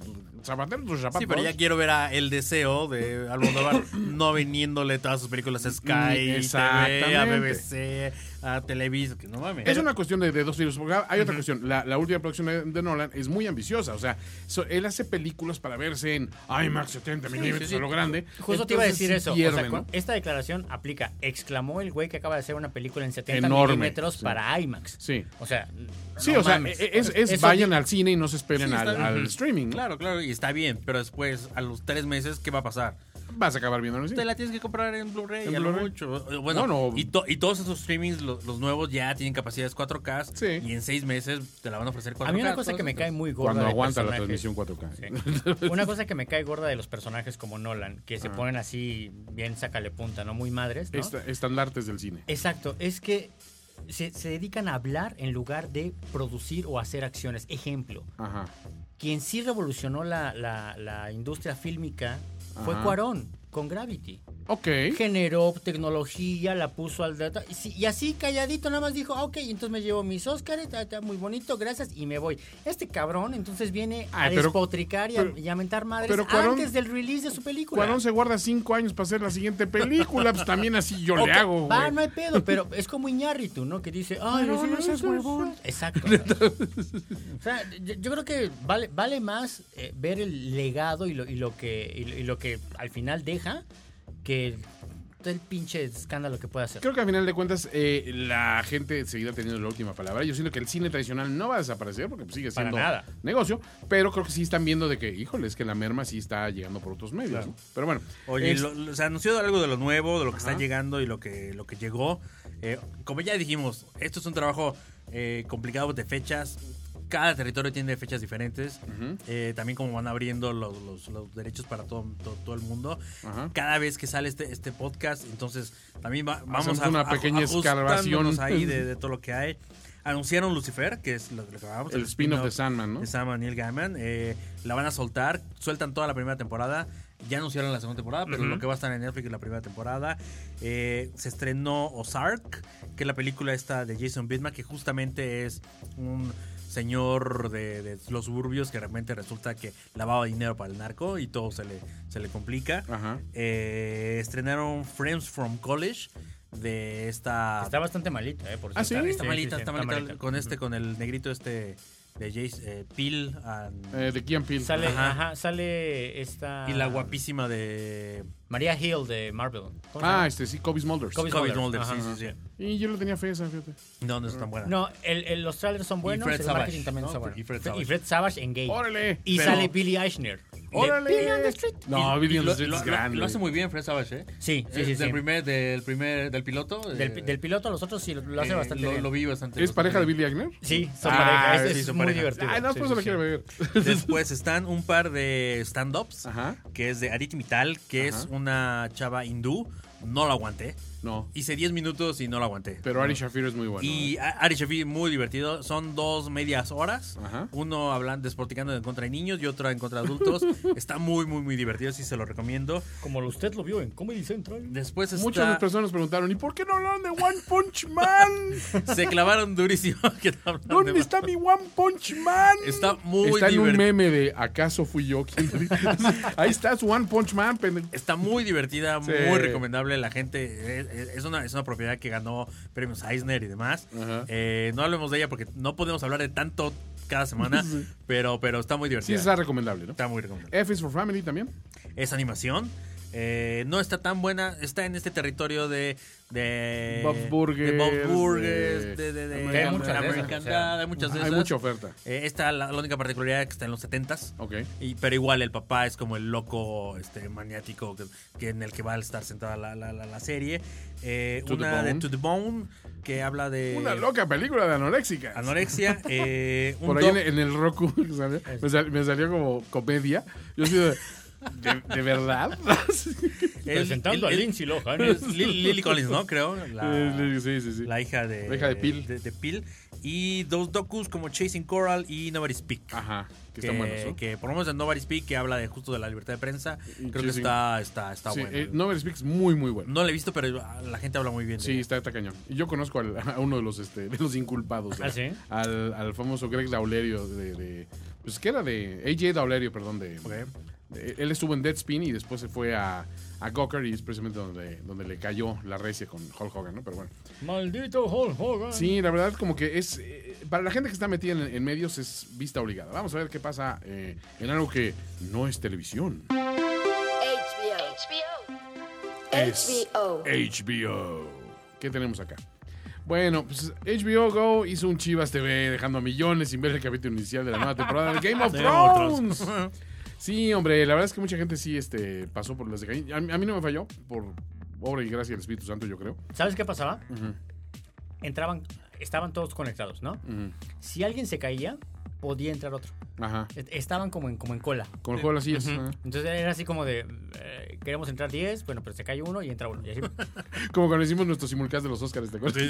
zapatero a tus zapatos. Sí, pero ya quiero ver a El Deseo de Almodóvar no vendiéndole todas sus películas a Sky, Mm, TV, a exactamente. BBC, a Televisa, que no mames. Es una cuestión de, de dos tiros. Porque hay otra cuestión. La, la última producción de, de Nolan es muy ambiciosa. O sea, so- él hace películas para verse en IMAX 70 milímetros sí, sí. a lo grande. Justo te iba a Entonces, decir sí eso. o sea, pierden, cu- ¿no? eh, Esta declaración aplica. Exclamó el güey que acaba de hacer una película en 70 Enorme, milímetros sí. para IMAX. Sí. O sea, Sí, no o sea, mames. es, es Eso vayan di- al cine y no se esperen Sí, está al, bien. al Ujú. streaming. ¿no? Claro, claro, y está bien, pero después, a los tres meses, ¿qué va a pasar? Vas a acabar viendo en el Te cine. la tienes que comprar en Blu-ray, En a lo Blu-ray. mucho. Eh, Bueno, No, no. Y, to- y todos esos streamings, lo- los nuevos, ya tienen capacidades 4K. Sí. Y en seis meses te la van a ofrecer 4K. A mí una cosa que me cae entonces, muy gorda. Cuando de aguanta la personajes- transmisión 4K. Una cosa que me cae gorda de los personajes como Nolan, que se ponen así bien sácale punta, ¿no? Muy madres, ¿no? Esta- estandartes del cine. Exacto, es que se, se dedican a hablar en lugar de producir o hacer acciones. Ejemplo, Ajá. quien sí revolucionó la, la- la industria fílmica fue Ajá. Cuarón con Gravity. Ok. Generó tecnología, la puso al... data- Y, sí- y así calladito nada más dijo, "Ah, ok, entonces me llevo mis Óscares, ta- ta, muy bonito, gracias, y me voy. Este cabrón entonces viene a Ay, pero- despotricar y a, pero- y a mentar madres pero Cuarón- antes del release de su película. Cuarón se guarda cinco años para hacer la siguiente película, pues también así yo Ok, le hago, Va, no güey. hay pedo, pero es como Iñárritu, ¿no? Que dice, ay, Pero no, no no seas seas huevón". huevón. Exacto. o sea, yo, yo creo que vale, vale más eh, ver el legado y lo, y lo que y lo, y lo que al final deja que el, todo el pinche escándalo que pueda hacer. Creo que al final de cuentas eh, la gente seguirá teniendo la última palabra. Yo siento que el cine tradicional no va a desaparecer porque pues, sigue Para siendo nada. negocio, pero creo que sí están viendo de que, híjole, es que la merma sí está llegando por otros medios. ¿no? Pero bueno, Oye, es- lo- lo- se anunció algo de lo nuevo, de lo que está llegando y lo que, lo que llegó. Eh, como ya dijimos, esto es un trabajo eh, complicado de fechas. Cada territorio tiene fechas diferentes. Eh, también como van abriendo los, los- los derechos para todo, todo, todo el mundo. Ajá. Cada vez que sale este, este podcast, entonces también va- vamos Hacemos a una pequeña ajustándonos escarabación. ahí de, de todo lo que hay. Anunciaron Lucifer, que es lo, lo que hablábamos. el spin-off de Sandman, ¿no? De Sam a Neil Gaiman. eh, la van a soltar. Sueltan toda la primera temporada. Ya anunciaron la segunda temporada, pero lo que va a estar en Netflix es la primera temporada. Eh, se estrenó Ozark, que es la película esta de Jason Bateman, que justamente es un señor de, de los suburbios que realmente resulta que lavaba dinero para el narco y todo se le, se le complica. Ajá. Eh, estrenaron Friends from College de esta... Está bastante malita, ¿eh? Por ¿Ah, cierto. sí? Está malita, sí, está está malita malita. con este, con el negrito este de Jace, eh, Peel and- Eh, de Kian Peele. Sale, Ajá. ajá. sale esta... y la guapísima de María Hill de Marvel. ¿Cómo se Ah, llama? este sí, Kobe Smulders. Kobe- Kobe Smulders, Smulders. Sí, ajá. sí, Y yo le tenía fe a esa, fíjate. sí. No, no es tan buena. No, el, el- los trailers son buenos, Fred el Savage, marketing también ¿no? está bueno. Y Fred Savage. Y Fred Savage en gay. ¡Órale! Y Pero- sale Billy Eichner. de- ¡Órale! No, Y- Billy y on lo- the Street lo- es lo- grande. Lo hace muy bien Fred Savage, ¿eh? Sí, sí, Eh, sí, Del sí. primer, del primer, del piloto. eh, Del, del piloto a los otros sí lo, lo hace eh, bastante lo, bien. Lo vi bastante. ¿Es pareja de bastante Billy Agner? Sí, son Ah, pareja. Es, sí, es son muy pareja. divertido. Ay, Ah, no, Sí, por sí, eso lo sí. quiero ver. bien. Después están un par de stand-ups. Ajá. que es de Aditi Mittal, que es Ajá. una chava hindú no la aguanté. No. Hice 10 minutos y no la aguanté. Pero Ari Shafir es muy bueno. eh. Y a- Ari Shafi, muy divertido. Son dos medias horas. Ajá. Uno hablando, desporticando en contra de niños y otro en contra de adultos. está muy, muy, muy divertido. Sí, se lo recomiendo. Como usted lo vio en Comedy Central. Después está- Muchas personas nos preguntaron, ¿y por qué no hablaron de One Punch Man? se clavaron durísimo. que no hablan de ¿Dónde más. está mi One Punch Man? Está muy Está en un divertido. meme de ¿acaso fui yo quien lo dijo? Ahí está su One Punch Man, pendejo. Está muy divertida, Sí. muy recomendable. La gente es, es- es una, es una propiedad que ganó premios Eisner y demás. Ajá. Eh, no hablemos de ella porque no podemos hablar de tanto cada semana, pero, pero está muy Sí, divertida. está recomendable, ¿no? Está muy recomendable. F is for Family también. Es animación. eh, no está tan buena. Está en este territorio de. de Bob Burgers, De Bob Burgers. de- De, de- de- Hay muchas de esas, American o sea, Dad, hay muchas de Hay esas. mucha oferta. Eh, esta, la, la única particularidad es que está en los 70s. Ok. Y- pero igual el papá es como el loco este maniático que, que en el que va a estar sentada la, la, la, la serie. Eh, To the una de Bone. To the Bone que habla de Una loca película de anoréxica. anorexia. eh, un Por ahí doc- en, en el Roku que salió, me, sal- me salió como comedia. Yo soy de, de, ¿de verdad. el- Presentando el- a el- Lindsay Lohan. es Lily, Lily Collins, ¿no? Creo. La, sí, sí, sí. la hija de, La hija de Peel. de- de Peel. Y dos docus como Chasing Coral y Nobody's Peak. Ajá, que, Que, están buenos, ¿no? que por lo menos en Nobody's Peak que habla de justo de la libertad de prensa. Y Creo que Chasing- está, está, está sí, bueno. eh, Novel Speaks muy, muy bueno. No la he visto, pero la gente habla muy bien. de Sí, ella. está, está cañón. Y yo conozco al- a uno de los, este, de los inculpados. ¿Ah, al- sí? al, al famoso Greg Daulerio de, de- Pues que era de... AJ Daulerio, perdón, de... de- él estuvo en Deadspin y después se fue a, a Gawker y es precisamente donde, donde le cayó la recia con Hulk Hogan, ¿no? Pero bueno. Maldito Hulk Hogan. Sí, la verdad como que es... eh, para la gente que está metida en, en medios es vista obligada. Vamos a ver qué pasa eh, en algo que no es televisión. HBO. HBO. es HBO. HBO. ¿Qué tenemos acá? Bueno, pues HBO Go hizo un Chivas TV dejando a millones sin ver el capítulo inicial de la nueva temporada de Game of Thrones. Sí, hombre, la verdad es que mucha gente sí este, pasó por las de Caín. A, mí- a mí no me falló, por obra y gracia del Espíritu Santo, yo creo. ¿Sabes qué pasaba? Entraban, estaban todos conectados, ¿no? Si alguien se caía, podía entrar otro. Ajá. Est- Estaban como en, como en cola. Con el juego de las sillas. ajá. Entonces era así como de, eh, queremos entrar 10, bueno, pero se cae uno y entra uno. Y así. Como cuando hicimos nuestros simulcast de los Oscars, ¿te acuerdas?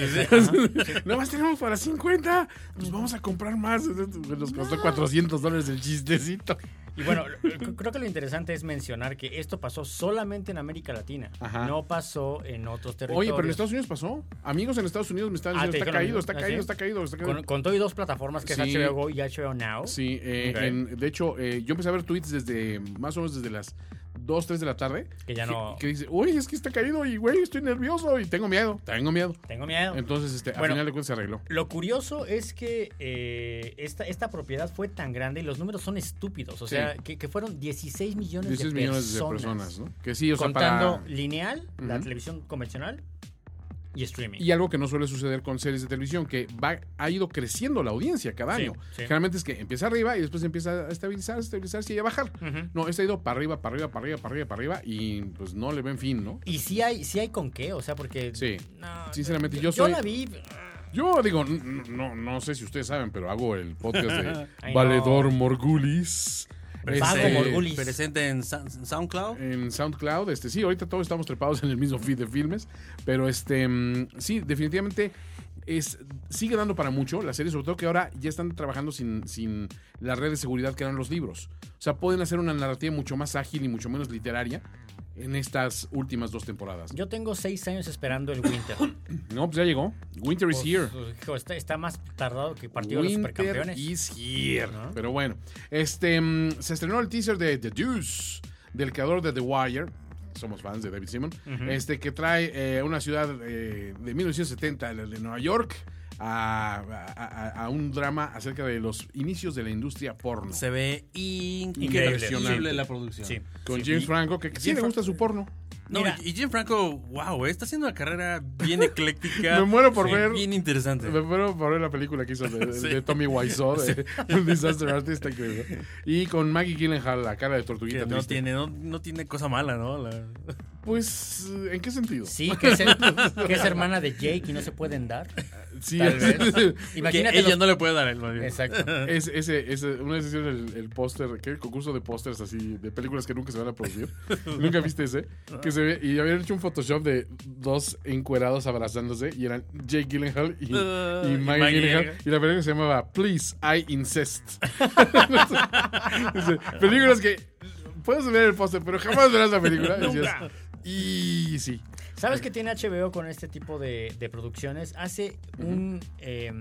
no más tenemos para 50. Pues vamos a comprar más. Nos costó 400 dólares el chistecito. Y bueno, lo- lo- creo que lo interesante es mencionar que esto pasó solamente en América Latina. Ajá. No pasó en otros Oye, territorios. pero en Estados Unidos pasó. Amigos en Estados Unidos me están Ah, diciendo, te está dijeron caído, lo mismo. está ¿Ah, caído, sí? está caído, está caído. Con, con todo y dos plataformas que Sí. es HBO Go y HBO Now. Sí, eh, Ok. en- de hecho, eh, yo empecé a ver tweets desde más o menos desde las 2, 3 de la tarde. Que ya no- Que, dice, uy, es que está caído y güey, estoy nervioso y tengo miedo, tengo miedo. Tengo miedo. Entonces, este, al Bueno. final de cuentas se arregló. Lo curioso es que eh, esta, esta propiedad fue tan grande y los números son estúpidos. O Sí. sea, que, que fueron 16 millones, 16 de, millones de personas, personas, ¿no? Que sí, o sea, Contando para... lineal, la Ujú. televisión convencional y streaming. Y algo que no suele suceder con series de televisión, que va, ha ido creciendo la audiencia cada Sí, año. sí. Generalmente es que empieza arriba y después empieza a estabilizar, estabilizarse y a bajar. Ujú. No, este ha ido para arriba, para arriba, para arriba, para arriba, para arriba y pues no le ven fin, ¿no? Y sí hay, sí hay con qué, o sea, porque... Sí. No, Sinceramente, yo yo, soy- la vi... Yo digo, n- n- no, no sé si ustedes saben, pero hago el podcast de Ay, Valedor Morgulis. Vago Este, Eh, Morgulis. Presente en Sa- SoundCloud. En SoundCloud, este sí, ahorita todos estamos trepados en el mismo feed de filmes, pero este mm, sí, definitivamente es sigue dando para mucho la serie, sobre todo que ahora ya están trabajando sin, sin la red de seguridad que eran los libros. O sea, pueden hacer una narrativa mucho más ágil y mucho menos literaria en estas últimas dos temporadas. Yo tengo seis años esperando el Winter. No, pues ya llegó. Winter is Pues, here. hijo, está, está más tardado que el partido de los Winter supercampeones. is here. Pero bueno, este mm, se estrenó el teaser de The Deuce, del creador de The Wire. Somos fans de David Simon. Este que trae eh, una ciudad eh, de 1970, la de Nueva York, a, a- a- a un drama acerca de los inicios de la industria porno. Se ve increíble, Impresionante. la producción. Sí. Con James Franco, que, que sí James le gusta su porno. No, Mira. y y Jim Franco, wow, eh, está haciendo una carrera bien ecléctica. Me muero por Sí. ver- Bien interesante. Me muero por ver la película que hizo de, de- Sí. de Tommy Wiseau, de un disaster artist increíble. Y con Maggie Gyllenhaal, la cara de tortuguita Que no triste. tiene, no, no tiene cosa mala, ¿no? La- Pues, ¿en qué sentido? Sí, que es, que es hermana de Jake y no se pueden dar. Sí, Tal vez. que Imagínate ella los- no le puede dar el novio. Exacto. Es, ese, ese, una vez hicieron el, el póster, que el concurso de pósters así, de películas que nunca se van a producir. ¿Nunca viste ese? Que se había- y habían hecho un Photoshop de dos encuerados abrazándose y eran Jake Gyllenhaal y, Ah, y y Mike Mike Gyllenhaal. Gyllenhaal. Y la película se llamaba Please, I Incest. Dice, películas que puedes ver el póster, pero jamás verás la película. Y decías, y sí. ¿Sabes qué tiene HBO con este tipo de, de producciones? Hace un eh,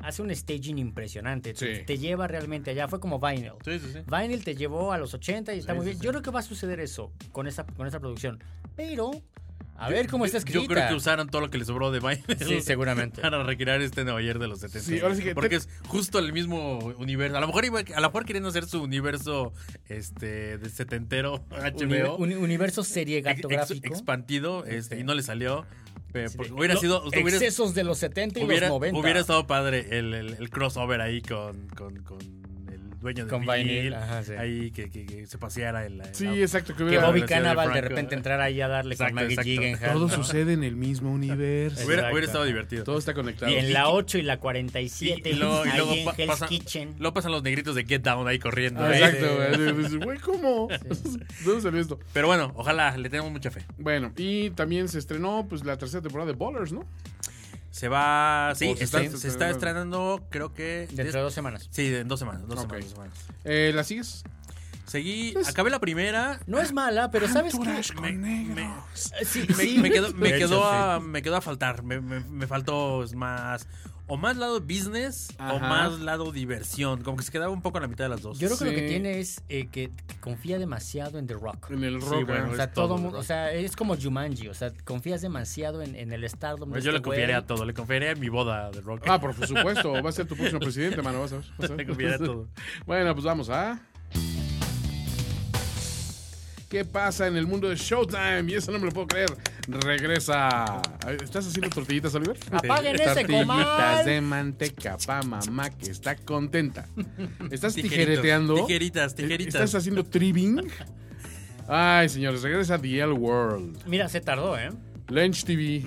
hace un staging impresionante. Te- Sí. Te, lleva realmente allá. Fue como Vinyl. Sí, sí, sí. Vinyl te llevó a los 80 y está Sí, muy sí, bien. sí. Yo creo que va a suceder eso con esta, con esta producción. Pero, a ver cómo está escrita. Yo creo que usaron todo lo que les sobró de Biden. Sí, seguramente. Para recrear este Nueva York de los 70. Sí, ahora sí que- Porque es justo el mismo universo. A lo mejor, iba- a lo mejor querían hacer su universo este, de setentero Uni- HBO. uni- universo ex- seriegatográfico. expandido este, y no le salió. Pero Sí, porque de- hubiera lo- sido. hubiera- excesos de los 70 y hubiera, los 90. hubiera estado padre el, el- el crossover ahí con, con, con el dueño de Con Vinyl, ajá, sí. Ahí que, que- que se paseara el. el- Sí, la- exacto. Que que hubiera- Bobby Relación de Cannavale de Franco. eh. repente entrara ahí a darle Exacto, con Maggie exacto. Gyllenhaal. Todo ¿no? sucede en el mismo universo. hubiera, Exacto. hubiera estado divertido. Todo está conectado. Y en Y- la 8 y la 47, Y, y luego, y ahí luego en pa- Hell's pasan, Kitchen. luego pasan los negritos de Get Down ahí corriendo. Ah, ¿eh? Exacto, güey. Dices, güey. ¿cómo? ¿Dónde salió esto? Pero bueno, ojalá le tenemos mucha fe. Bueno, y también se estrenó pues la tercera temporada de Ballers, ¿no? Se va. Sí, O se está- está- se está estrenando, creo que. des- Dentro de dos semanas. Sí, en dos semanas. Dos Ok. semanas, dos semanas. Eh, ¿La sigues? Seguí, Pues- acabé la primera. No es mala, pero ¿sabes qué? con negro. Sí, Me, sí. me quedó, me, De hecho, quedó sí. a, me quedó a faltar. Me, me- me faltó es más. O más lado business Ajá. o más lado diversión. Como que se quedaba un poco en la mitad de las dos. Yo creo que lo que Sí. tiene es eh, que, que confía demasiado en The Rock. En el Sí, rock. bueno, ah. o sea, es todo todo mundo- Rock. o sea, es como Jumanji, o sea, confías demasiado en, en el stardom. Bueno, de Pues yo le este güey. confiaré a todo. Le confiaré a mi boda de rock. Ah, por supuesto, va a ser tu próximo presidente, mano, vas a ver. vas a ver. Le confiaré a todo. Bueno, pues vamos a. ¿Qué pasa en el mundo de Showtime? Y eso no me lo puedo creer. Regresa. ¿Estás haciendo tortillitas, Oliver? Apaguen ese Tortillitas comal. de manteca pa' mamá que está contenta. ¿Estás Tijeritos, tijereteando? ¿E-, tijeritas, tijeritas. ¿Estás haciendo triving? Ay, señores, regresa The L World. Mira, se tardó, ¿eh? Lench TV.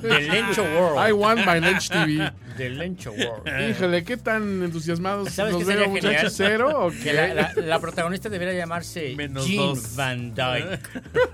Del Lencho World. I want my Lench TV. Del Lencho World. Híjole, qué tan entusiados Eh. ¿Sabes nos qué sería veo, muchachos. genial? ¿Cero o Que qué? la, la- la protagonista debería llamarse Menos Jean dos. Van Dyke.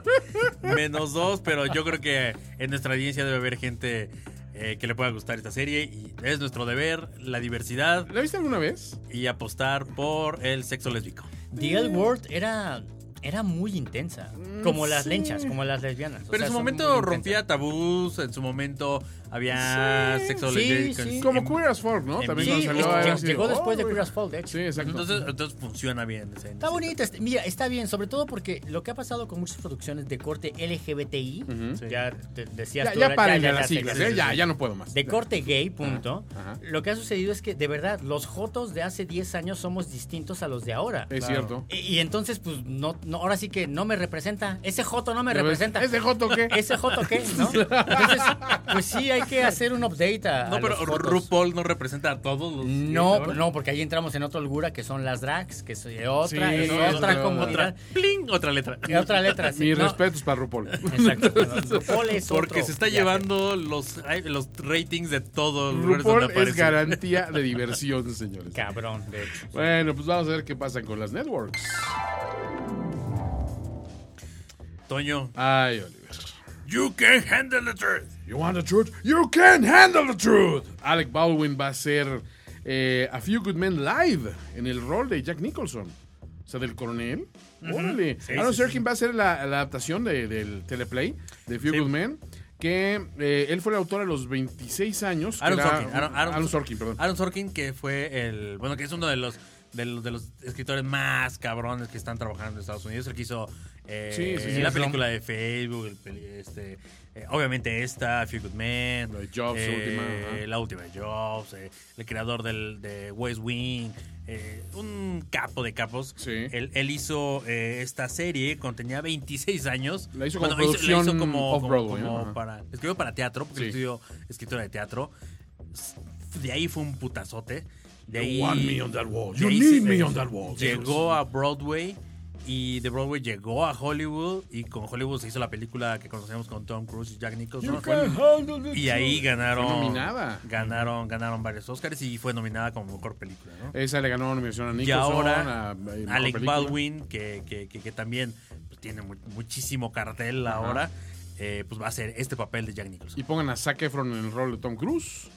Menos dos, pero yo creo que en nuestra audiencia debe haber gente eh, que le pueda gustar esta serie y es nuestro deber la diversidad ¿La viste alguna vez? y apostar por el sexo lésbico. The L World era, era muy intensa. Como las lenchas, como las lesbianas. O Pero sea, en su son momento muy rompía intensas. tabús, en su momento había Ah, sexo sí, lésbico. sí. en- Como en- Queer as Folk, ¿no? en- También Sí, cuando es- salió, llegó, era así llegó "Oh, después de güey". Queer as Fall, de hecho. Sí, exacto. Entonces, entonces funciona bien. ese- Está ese- bonita, este- mira, está bien, sobre todo porque lo que ha pasado con muchas producciones de corte LGBTI, ya te decías ya, tú, ya ahora- paren ya, de las siglas, sí, ¿eh? sí, ya, sí. ya no puedo más. De corte gay, punto. Ajá, ajá. Lo que ha sucedido es que, de verdad, los jotos de hace 10 años somos distintos a los de ahora. Es cierto. Y, y entonces, pues, no, no, ahora sí que no me representa. Ese joto no me Ya ves, representa. ¿Ese joto qué? ¿Ese joto qué? ¿No? Entonces, pues sí, hay que hacer un update a. No, a pero los jotos. RuPaul no representa a todos los. No, no, porque ahí entramos en otra holgura que son las drags, que es otra, Sí, es no, otra, otra, comunidad. Otra, pling, otra letra. Y otra letra, sí. Mis no, respetos para RuPaul. Exacto. RuPaul es Porque otro se está viaje. llevando los, ay, los ratings de todos los lugares donde RuPaul es aparece. garantía de diversión, señores. Cabrón, de hecho. Bueno, pues vamos a ver qué pasa con las networks. Toño, Ay, Oliver. you can handle the truth. You want the truth? You can handle the truth. Alec Baldwin va a ser eh, A Few Good Men Live en el rol de Jack Nicholson. O sea, del coronel. Órale. Aaron Sorkin va a hacer la, la adaptación de- del teleplay de Few Sí. Good Men. Que eh, él fue el autor a los 26 años. que Aaron era- Sorkin. Aaron, Aaron- Aaron Sorkin, perdón. Aaron Sorkin, que fue el. Bueno, que es uno de los. De los, de los escritores más cabrones que están trabajando en Estados Unidos. El que hizo eh, Sí, sí, sí. la Sí. película de Facebook, el peli- este, eh, obviamente esta, Few Good Men, eh, La de Jobs, última, ajá. la última de Jobs, eh, el creador del, de West Wing, eh, un capo de capos. Sí. Él, él hizo eh, esta serie cuando tenía 26 años. La hizo como la producción como- como- off-Broadway, como ajá. para, escribió para teatro, porque Sí. estudió escritora de teatro. De ahí fue un putazote. De ahí, You want me on that wall. de You ahí need se- me on that wall. Llegó a Broadway y de Broadway llegó a Hollywood y con Hollywood se hizo la película que conocemos con Tom Cruise y Jack Nicholson. Y ahí ganaron, Fue nominada. ganaron, ganaron varios Oscars y fue nominada como mejor película, ¿no? Esa le ganó nominación a Eh, Nicholson. y ahora a- a mejor Alec película. Baldwin, que, que- que- que también pues, tiene mu- muchísimo cartel ahora, eh, pues va a ser este papel de Jack Nicholson. Y pongan a Zac Efron en el rol de Tom Cruise.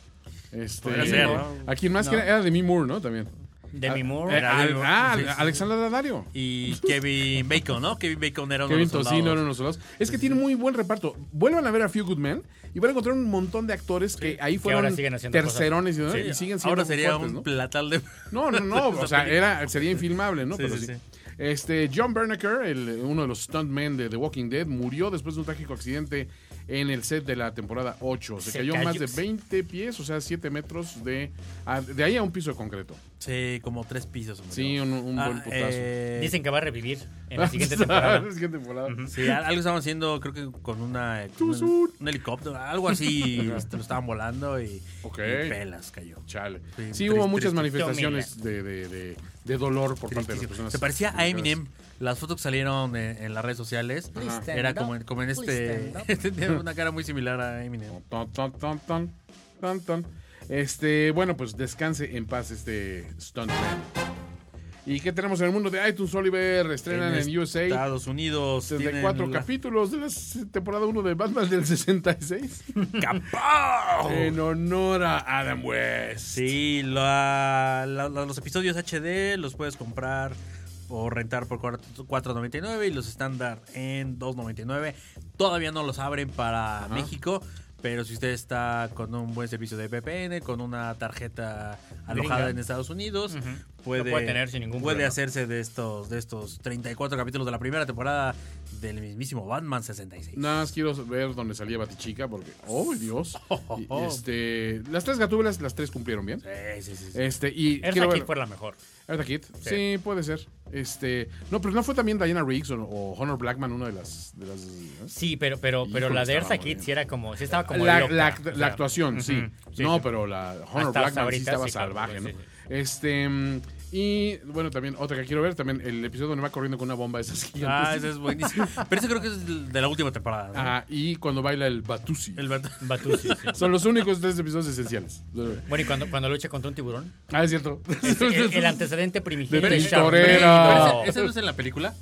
Este, Podría ser, ¿no? ¿A quién más? que Era, era Demi Moore, ¿no? También. Demi Moore. Eh, Ale- Moore, ah, sí, sí, sí. Alexander Daddario. Y Kevin Bacon, ¿no? Kevin Bacon era uno Kevin de los Tocino soldados. eran unos soldados. Es que tiene muy buen reparto. Vuelvan a ver a Few Good Men y van a encontrar un montón de actores que ahí fueron ahora siguen haciendo tercerones y, Sí, y siguen siendo Ahora sería fuertes, un ¿no? platal de... No, no, no. o sea, era, sería infilmable, ¿no? Sí, Pero sí, sí. sí. Este, John Bernecker, el, uno de los stuntmen de The Walking Dead, murió después de un trágico accidente en el set de la temporada 8. Se, Se cayó, cayó. más de 20 pies, o sea, 7 metros de, a- de ahí a un piso de concreto. Sí, como tres pisos. hombre. Sí, un- un buen putazo. eh, Dicen que va a revivir en la siguiente temporada. La siguiente temporada. Sí, al- algo estaban haciendo, creo que con una con Too un- soon. un helicóptero, algo así, este, lo estaban volando y, Ok. y pelas cayó. Chale. Sí, Sí, hubo triste, muchas triste. manifestaciones de, de- de- de dolor por parte de las personas. Se parecía a involucradas. Eminem. Las fotos que salieron en, en las redes sociales Please stand era up, como en, como en este. please stand Tenía una cara muy similar a Eminem. Tan, tan, tan, tan, tan, tan. Este, bueno, pues descanse en paz este Stuntman. ¿Y qué tenemos en el mundo de iTunes Oliver? Estrenan en, USA este Estados Unidos. tienen 64 la- capítulos de la s- temporada 1 de Batman del 66. ¡Capao! En honor a Adam West. Sí, la- la- la- los episodios HD los puedes comprar o rentar por cuatro- 4.99 y los estándar en 2.99. Todavía no los abren para México, pero si usted está con un buen servicio de VPN, con una tarjeta alojada Gringa. en Estados Unidos, Ujú. puede, Lo puede tener sin ningún puede problema. hacerse de estos de estos 34 capítulos de la primera temporada del mismísimo Batman 66. Nada más quiero ver dónde salía Batichica porque, oh Dios. Y- Oh. y este, las tres gatúbelas, las tres cumplieron bien. Sí, sí, sí, sí. Este, y Erza quiero Kitt ver- fue la mejor. Eartha Kitt. Sí. puede ser. Este, no, pero no fue también Diana Riggs o, o Honor Blackman una de las de las ¿eh? Sí, pero, pero, pero Híjole, la de estaba Erza muy Kitt bien. sí era como. Sí, estaba como. la, loca, la- o sea. la actuación, sí. Ujú, sí, No, sí. pero la Honor Hasta Blackman sí ahorita, estaba sí, claro, salvaje, sí, ¿no? sí. Este mm, y bueno, también otra que quiero ver, también el episodio donde va corriendo con una bomba de esas gigantes. Ah, ese es buenísimo. Pero ese creo que es de la última temporada. ¿no? Ajá, y cuando baila el Batusi. El vato- Batusi, sí. Son los únicos tres episodios esenciales. Bueno, y cuando, cuando lucha contra un tiburón. Ah, es eh, cierto. El, el antecedente primigenio De de pintorero. Sharknado. ¿Ese, ese no es en la película?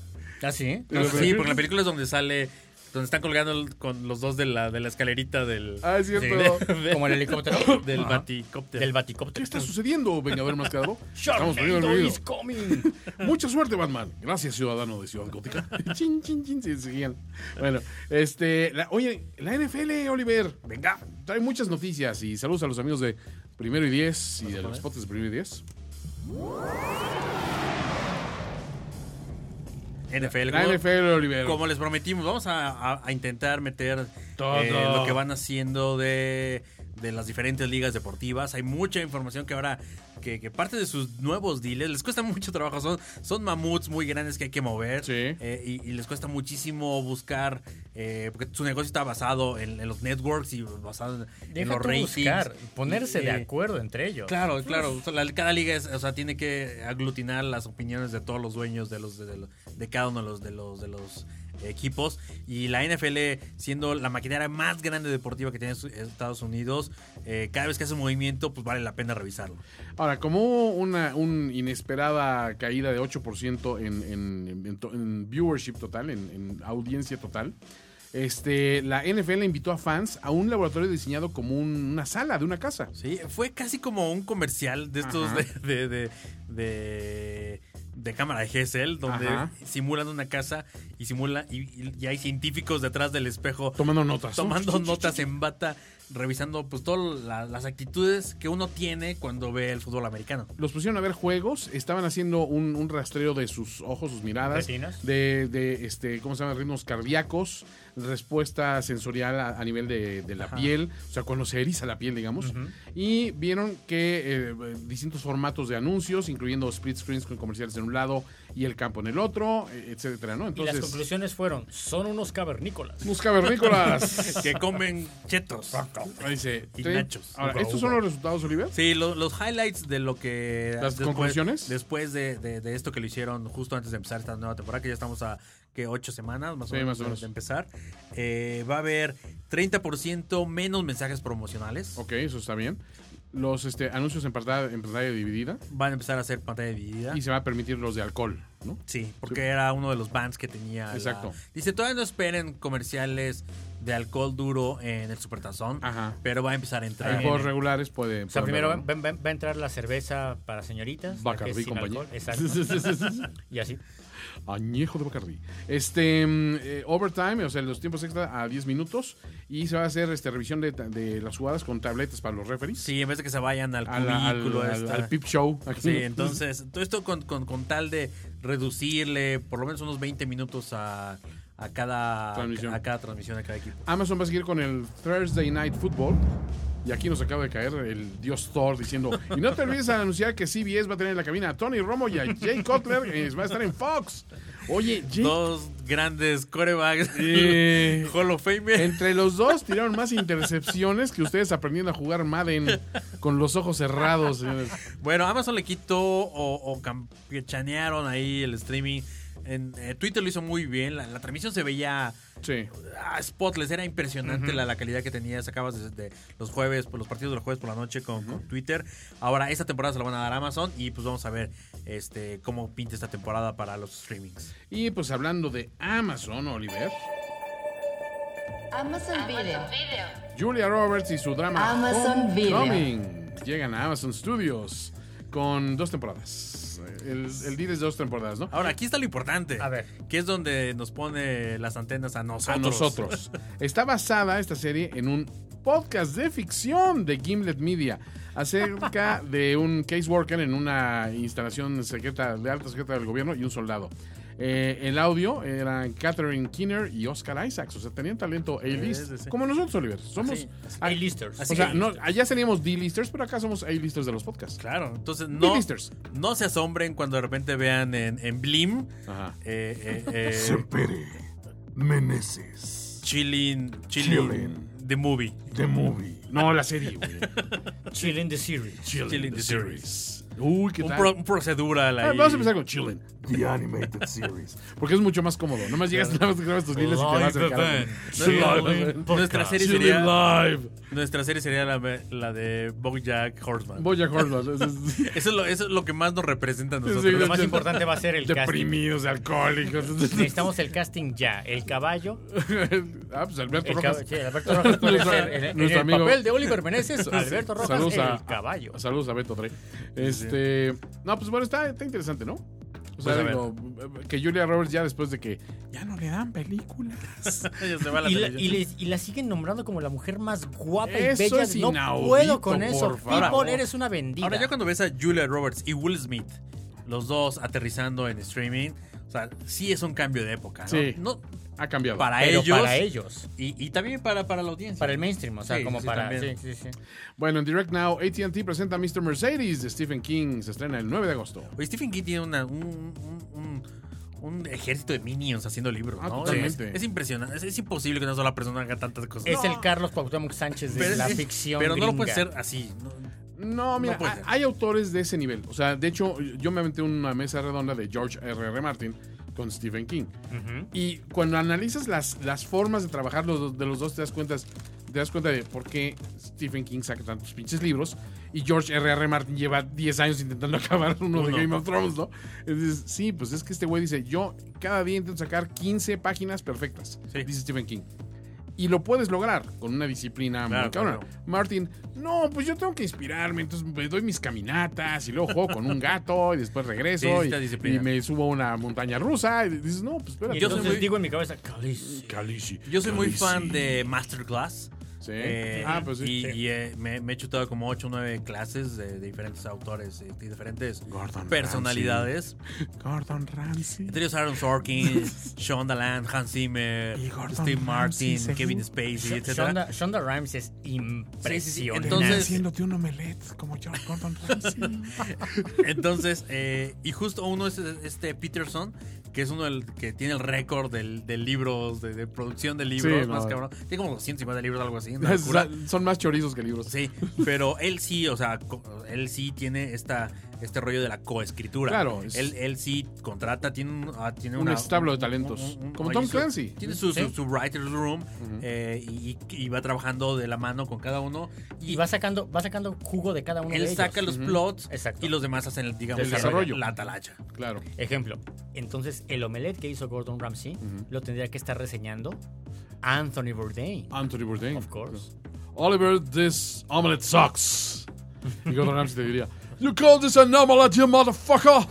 ¿Ah, sí? ¿En la sí, película? porque en la película es donde sale, donde están colgando el- con los dos de la, de la escalerita del, Ah, es cierto. de- de- Como el helicóptero. del Ajá. baticóptero. Del baticóptero. ¿Qué está sucediendo, Vengador Mascarado? Estamos perdiendo el Sharknado ruido. is coming. Mucha suerte, Batman. Gracias, ciudadano de Ciudad Gótica. chin, chin, chin, sí, seguían. Bueno, este, la- oye, la NFL, Oliver. Venga. Trae muchas noticias y saludos a los amigos de Primero y Diez y de los potes de Primero y Diez. NFL. La como- NFL, Oliver. Como les prometimos, vamos a, a- a intentar meter Todo. eh, lo que van haciendo de, de las diferentes ligas deportivas. Hay mucha información que ahora, que, que parte de sus nuevos deals, les cuesta mucho trabajo. Son, son mamuts muy grandes que hay que mover. Sí. Eh, y, y les cuesta muchísimo buscar, eh, porque su negocio está basado en, en los networks y basado en, en Deja los tú ratings. buscar, ponerse de Eh, acuerdo entre ellos. Claro, claro. O sea, la- cada liga es- o sea, tiene que aglutinar las opiniones de todos los dueños de los de, los- de cada uno de los de los de los equipos y la NFL siendo la maquinaria más grande deportiva que tiene su- Estados Unidos, eh, cada vez que hace un movimiento, pues vale la pena revisarlo. Ahora, como hubo una, un inesperada caída de 8% en, en- en to- en viewership total, en, en audiencia total, este, la NFL invitó a fans a un laboratorio diseñado como un- una sala de una casa. Sí, fue casi como un comercial de estos Ajá. de, de, de, de- de cámara de GSL, donde Ajá. simulan una casa y simulan y, y- y hay científicos detrás del espejo Tomando notas. tomando notas en bata, revisando pues todas la- las actitudes que uno tiene cuando ve el fútbol americano. los pusieron a ver juegos, estaban haciendo un, un rastreo de sus ojos, sus miradas, Retinas. de, de, este, ¿cómo se llama? Ritmos cardíacos, respuesta sensorial a, a nivel de, de la piel, o sea, cuando se eriza la piel, digamos, y vieron que eh, distintos formatos de anuncios, incluyendo split screens con comerciales en un lado y el campo en el otro, eh, etcétera, ¿no? y las Entonces, conclusiones fueron, son unos cavernícolas. los cavernícolas. Que comen chetos. Ahí dice, Y tre- nachos. Ahora, ¿estos son los resultados, Oliver? Sí, lo- los highlights de lo que... ¿Las conclusiones? Después de, de- de esto que lo hicieron justo antes de empezar esta nueva temporada, que ya estamos a que ocho semanas más o Sí, menos, más o de- menos. de empezar, eh, va a haber 30% menos mensajes promocionales. Ok, eso está bien. Los este, anuncios en pantalla, en pantalla dividida. Van a empezar a hacer pantalla dividida. Y se va a permitir los de alcohol. ¿no? Sí, porque era uno de los bands que tenía. la- Exacto. Dice, todavía no esperen comerciales de alcohol duro en el Supertazón, Ajá. pero va a empezar a entrar. En en- juegos regulares puede. ¿eh? O sea, puede primero va, haber, ¿no? va- va- va a entrar la cerveza para señoritas. la que Bacardí es y sin compañía. alcohol, Exacto. y así. Añejo de Bacardi. Este, mm, eh, overtime, o sea, los tiempos extra a 10 minutos. Y se va a hacer este, revisión de, ta- de las jugadas con tabletas para los referees. Sí, en vez de que se vayan al Al, al- cubículo. este, al- esta- al peep show. Sí, entonces, todo esto con, con- con tal de reducirle por lo menos unos 20 minutos a, a cada Transmisión. a cada transmisión, a cada equipo. Amazon va a seguir con el Thursday Night Football. Y aquí nos acaba de caer el dios Thor diciendo, y no te olvides de anunciar que CBS va a tener en la cabina a Tony Romo y a Jay Cutler, que va a estar en Fox. Oye, Jay, Dos grandes corebacks. Eh. Hall of Famer. entre los dos tiraron más intercepciones que ustedes aprendiendo a jugar Madden con los ojos cerrados. señores. Bueno, Amazon le quitó o, o campechanearon ahí el streaming. En eh, Twitter lo hizo muy bien. La, la transmisión se veía Sí. ah, spotless. Era impresionante la, la calidad que tenía. Sacabas desde los jueves, por los partidos de los jueves por la noche con, con Twitter. Ahora, esta temporada se la van a dar a Amazon. Y pues vamos a ver este cómo pinta esta temporada para los streamings. Y pues hablando de Amazon, Oliver, Amazon Video. Julia Roberts y su drama Amazon Video. Homecoming llegan a Amazon Studios con dos temporadas. El, el deal es dos temporadas, ¿no? Ahora, aquí está lo importante. A ver. Que es donde nos pone las antenas a nosotros. A nosotros. Está basada esta serie en un podcast de ficción de Gimlet Media acerca de un caseworker en una instalación secreta de alta secreta del gobierno y un soldado. Eh, el audio eran Catherine Keener y Oscar Isaacs. O sea, tenían talento A-list. Sí, sí, sí. Como nosotros, Oliver. Somos Así, A-listers. O sea, que- no, allá seríamos D-listers, pero acá somos A-listers de los podcasts. Claro, entonces no, listers. no se asombren cuando de repente vean en, en Blim Ajá. eh, eh, eh, Sempere Meneses Chilling, Chilling, Chilling. The Movie. The Movie. No, la serie, güey. Chill in the series. Chilling, the, Series. Uy, qué Un, tal. pro- un procedural Ah, ahí. vamos a empezar con chilling. The Animated Series. Porque es mucho más cómodo. Nomás llegas, nada más grabas tus líneas y te vas al carajo. Nuestra- Nuestra serie, sería, Live. nuestra serie sería la, la de Bojack Horseman. Voy a Horseman. Eso es, lo, eso es lo que más nos representa a nosotros. Sí, Lo más importante va a ser el casting. Deprimidos, alcohólicos. Necesitamos el casting ya. El caballo. ah, pues Alberto El Rojas. caballo. sí, Alberto Rojas puede Nuestro- ser. En, en nuestro el amigo- papel de Oliver Meneses, Alberto Rojas, Saludos el a- caballo. Saludos a Beto Tre. Este, no, pues bueno, está, está interesante, ¿no? O sea, Pues a digo, eh, que Julia Roberts ya después de que ya no le dan películas. Ya se va la Y la, televisión. y les- y la siguen nombrando como la mujer más guapa Eso y bella. es no inaudito, puedo con eso. por favor. People, eres una bendita. Ahora ya cuando ves a Julia Roberts y Will Smith, los dos aterrizando en streaming, o sea, sí es un cambio de época, ¿no? Sí. No- Ha cambiado. para, Pero ellos, para ellos. Y, y también para, para la audiencia. Para el mainstream, o sea, Sí, como sí, para. también. sí, sí, sí. Bueno, en Direct Now, ATT presenta Mr. Mercedes de Stephen King. Se estrena el 9 de agosto. Oye, Stephen King tiene una- un, un- un- un ejército de minions haciendo libros, Ah, ¿no? Es, totalmente. es impresionante. Es, es imposible que una sola persona haga tantas cosas. Es el Carlos Cuauhtémoc Sánchez de Pero- la ficción. Pero no lo gringa. puede ser así. ¿no? No, mira, No puede ha- ser. hay autores de ese nivel. O sea, de hecho, yo me aventé una mesa redonda de George R.R. Martin con Stephen King. Y cuando analizas las, las formas de trabajar los dos- de los dos, te das, cuentas, te das cuenta de por qué Stephen King saca tantos pinches libros y George R.R. Martin lleva 10 años intentando acabar uno de Uno. Game of Thrones, ¿no? Entonces, sí, pues es que este güey dice, yo cada día intento sacar 15 páginas perfectas, Sí. dice Stephen King. Y lo puedes lograr con una disciplina Claro, muy cabrona. claro. Martin, no, pues yo tengo que inspirarme, entonces me doy mis caminatas y luego juego con un gato y después Sí, regreso y, necesita disciplina. y me subo a una montaña rusa y dices, no, pues espérate. Y yo soy entonces muy- digo en mi cabeza, Calice. Calici, Yo soy muy calici. fan de Masterclass. Sí. Eh, ah, pues sí. Y, Sí. y, eh, me, me he chutado como 8 o 9 clases de, de diferentes autores eh, de diferentes Gordon personalidades. Gordon Ramsay. Entre ellos Aaron Sorkin, Shonda Land, Hans Zimmer, Y Gordon Steve Ramsay, Martin, seguro. Kevin Spacey, etc. Shonda, Shonda Rhimes es impresionante. Entonces- haciéndote un omelette como George Gordon Ramsay. Entonces, eh, y justo uno es este Peterson, que es uno del, que tiene el récord del- de libros, de, de producción de libros, Sí, no. más cabrón. Tiene como 200 y más de libros, algo así. una Es- locura. Son más chorizos que libros. Sí, pero él sí, o sea, co- él sí tiene esta este rollo de la coescritura. Claro, es- Él, él sí contrata, tiene un, ah, tiene Un una- establo de talentos, como oye, Tom su- Clancy. Tiene su, su- Sí. su writer's room eh, y, y- y va trabajando de la mano con cada uno. Y, Y va sacando, va sacando jugo de cada uno de él ellos. saca los plots Exacto. y los demás hacen, el, digamos, El la- desarrollo. la talacha. Claro. Ejemplo, entonces el omelette que hizo Gordon Ramsay lo tendría que estar reseñando Anthony Bourdain. Anthony Bourdain. Of course. Oliver, this omelette sucks. Y Gordon Ramsay te diría, You call this an omelette, you motherfucker?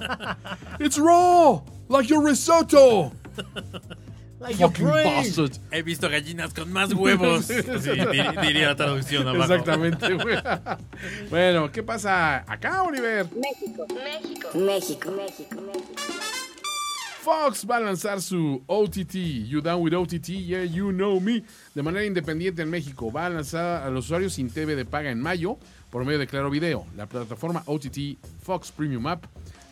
It's raw, like your risotto. Like Fucking bastard. He visto gallinas con más huevos. Sí, dir- diría la traducción abajo. Exactamente, güey. Bueno, ¿qué pasa acá, Oliver? México. México. México. México. Fox va a lanzar su OTT, You Down With OTT, Yeah You Know Me, de manera independiente en México. Va a lanzar a los usuarios sin TV de paga en mayo por medio de Claro Video. La plataforma OTT Fox Premium App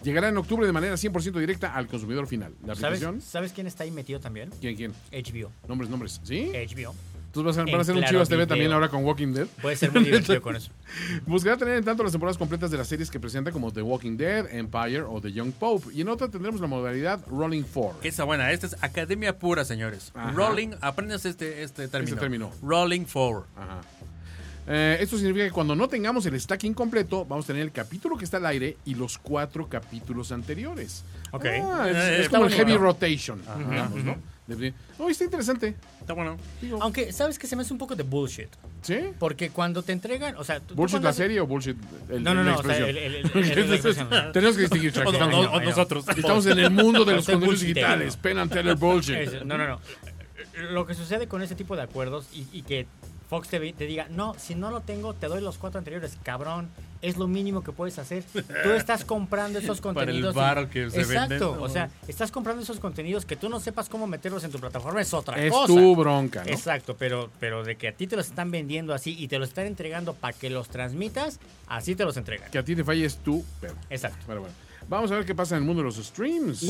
llegará en octubre de manera 100% directa al consumidor final. La ¿Sabes, aplicación... ¿Sabes quién está ahí metido también? ¿Quién, quién? HBO. Nombres, nombres. ¿Sí? HBO. Entonces vas a- van a Eh, en hacer un Claro Chivas TV Video. también ahora con Walking Dead. Puede ser muy divertido con eso. Buscará tener en tanto las temporadas completas de las series que presenta como The Walking Dead, Empire o The Young Pope. Y en otra tendremos la modalidad Rolling Four. Esa buena, esta es academia pura, señores. Ajá. Rolling, aprendes este, este término. término. Rolling forward. Eh, esto significa que cuando no tengamos el stacking completo, vamos a tener el capítulo que está al aire y los cuatro capítulos anteriores. Ok. Ah, es, Eh, es como el está heavy bonito. rotation. digamos, ¿no? De- Oh, está interesante. Está bueno. Digo, Aunque, pues, ¿sabes que Se me hace un poco de bullshit. ¿Sí? Porque cuando te entregan, o sea... tú- tú ¿Bullshit cuando la haces- serie o bullshit el, No, no, la no, o sea, expresión? el- el- el- el- el- la expresión. Tenemos que distinguir, Chuck, O, estamos- o- o nosotros. Estamos en el mundo de los Soy contenidos bullshitero. digitales. Pen and Teller Bullshit. Eso, No, no, no. Lo que sucede con ese tipo de acuerdos y, y que Fox TV te diga, no, si no lo tengo, te doy los cuatro anteriores, cabrón. Es lo mínimo que puedes hacer. Tú estás comprando esos Para el contenidos. bar que se Exacto. venden. O sea, estás comprando esos contenidos que tú no sepas cómo meterlos en tu plataforma es otra Es cosa. tu bronca, ¿no? Exacto, pero, pero de que a ti te los están vendiendo así y te los están entregando para que los transmitas, así te los entregan. Que a ti te falle es tu pedo. Exacto. Pero bueno, vamos a ver qué pasa en el mundo de los streams.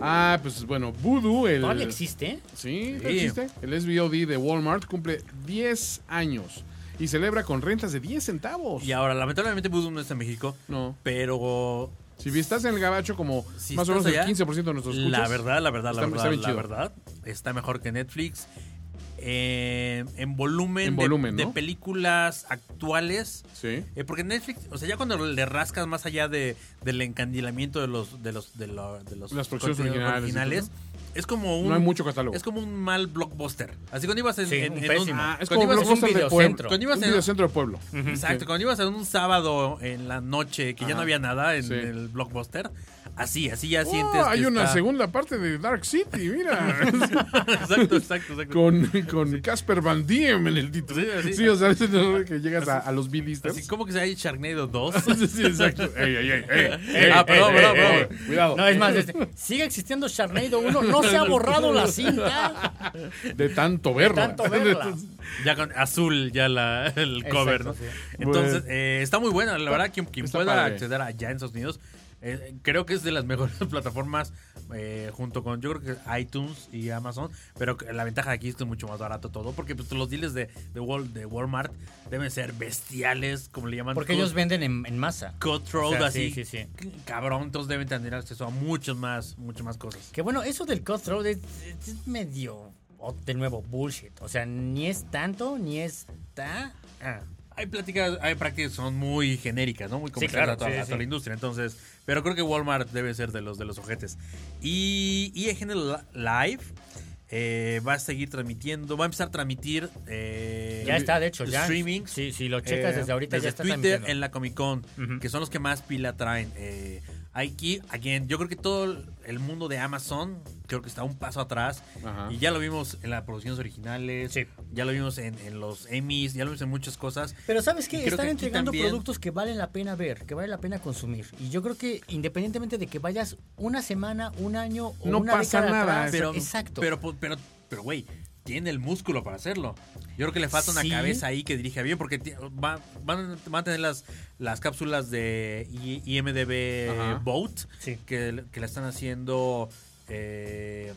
Ah, pues bueno, Voodoo, el. Todavía existe, ¿eh? Sí, Sí. existe. El SVOD de Walmart cumple 10 años y celebra con rentas de 10 centavos. Y ahora, lamentablemente, Voodoo no está en México. No. Pero. Si estás en el gabacho, como si más o estás menos el allá, 15% de nuestros escuchas. La verdad, la verdad, la está- verdad. está bien la chido. verdad. Está mejor que Netflix. Eh, en volumen, En de- volumen, de, ¿no? películas actuales. Sí. Eh, porque Netflix, o sea, ya cuando le rascas más allá de, del encandilamiento de los de los de, lo- de los Las producciones contenidos originales, originales, es como un No hay mucho catálogo. Es como un mal blockbuster. Así cuando ibas en, Sí, en- un en pésimo. un Ah, es cuando como ibas en un blockbuster de pueblo. videocentro. Cuando ibas Un en- videocentro de pueblo. Exacto, cuando ibas en un sábado en la noche que ya no había nada en Sí. el blockbuster, así, así ya Oh, sientes que hay una está- segunda parte de Dark City, mira. exacto, exacto, exacto. con con Casper Van Diem en el título. Sí, Sí, así. o sea, a veces no, que llegas a, a los B-listers. Así como que se hay Sharknado 2. Sí, sí, exacto. Ey, ey, ey, ey, ey, Ah, perdón, ey, perdón, ey, perdón. ey, Cuidado. eh, No, es más, este, sigue existiendo Sharknado 1, no se ha borrado la cinta. De tanto verla. tanto verla. Ya con azul, ya la, el Exacto, cover, ¿no? sí. Entonces, Bueno. eh, está muy buena, la verdad, quien, quien está pueda padre. acceder allá en Estados Unidos, eh, creo que es de las mejores plataformas eh, junto con, yo creo que iTunes y Amazon, pero que la ventaja de aquí es que es mucho más barato todo, porque pues, los deals de, de, Wal- de Walmart deben ser bestiales, como le llaman. Porque cut- ellos venden en, en masa. Cutthroat, O sea, así. sí, sí, Cabrón, entonces deben tener acceso a muchas más, muchas más cosas. Que bueno, eso del cutthroat es, es medio, o- de nuevo, bullshit. O sea, ni es tanto, ni es ta- ah. Hay pláticas, hay prácticas que son muy genéricas, ¿no? Muy comerciales claro, a toda, sí, a sí. toda la industria. Entonces, pero creo que Walmart debe ser de los de los ojetes. Y EGN Live eh, va a seguir transmitiendo, va a empezar a transmitir. eh, Ya está, de hecho, ya. Streaming. Eh, Sí, sí, lo checas desde ahorita, ya está Twitter transmitiendo. en la Comic Con, que son los que más pila traen. Eh, aquí, again, yo creo que todo el mundo de Amazon, creo que está un paso atrás. Ajá. Y ya lo vimos en las producciones originales, Sí. ya lo vimos en, en los Emmys, ya lo vimos en muchas cosas. Pero ¿sabes qué? Creo que Están aquí entregando también- productos que valen la pena ver, que vale la pena consumir. Y yo creo que independientemente de que vayas una semana, un año o No una pasa década nada, atrás, pero, exacto. Pero, pues, pero, pero, pero, güey, tiene el músculo para hacerlo. Yo creo que le falta una Sí. cabeza ahí que dirija bien, porque ti- va- van, van a tener las, las cápsulas de I- IMDB Ajá. Boat, Sí. que, que la están haciendo eh,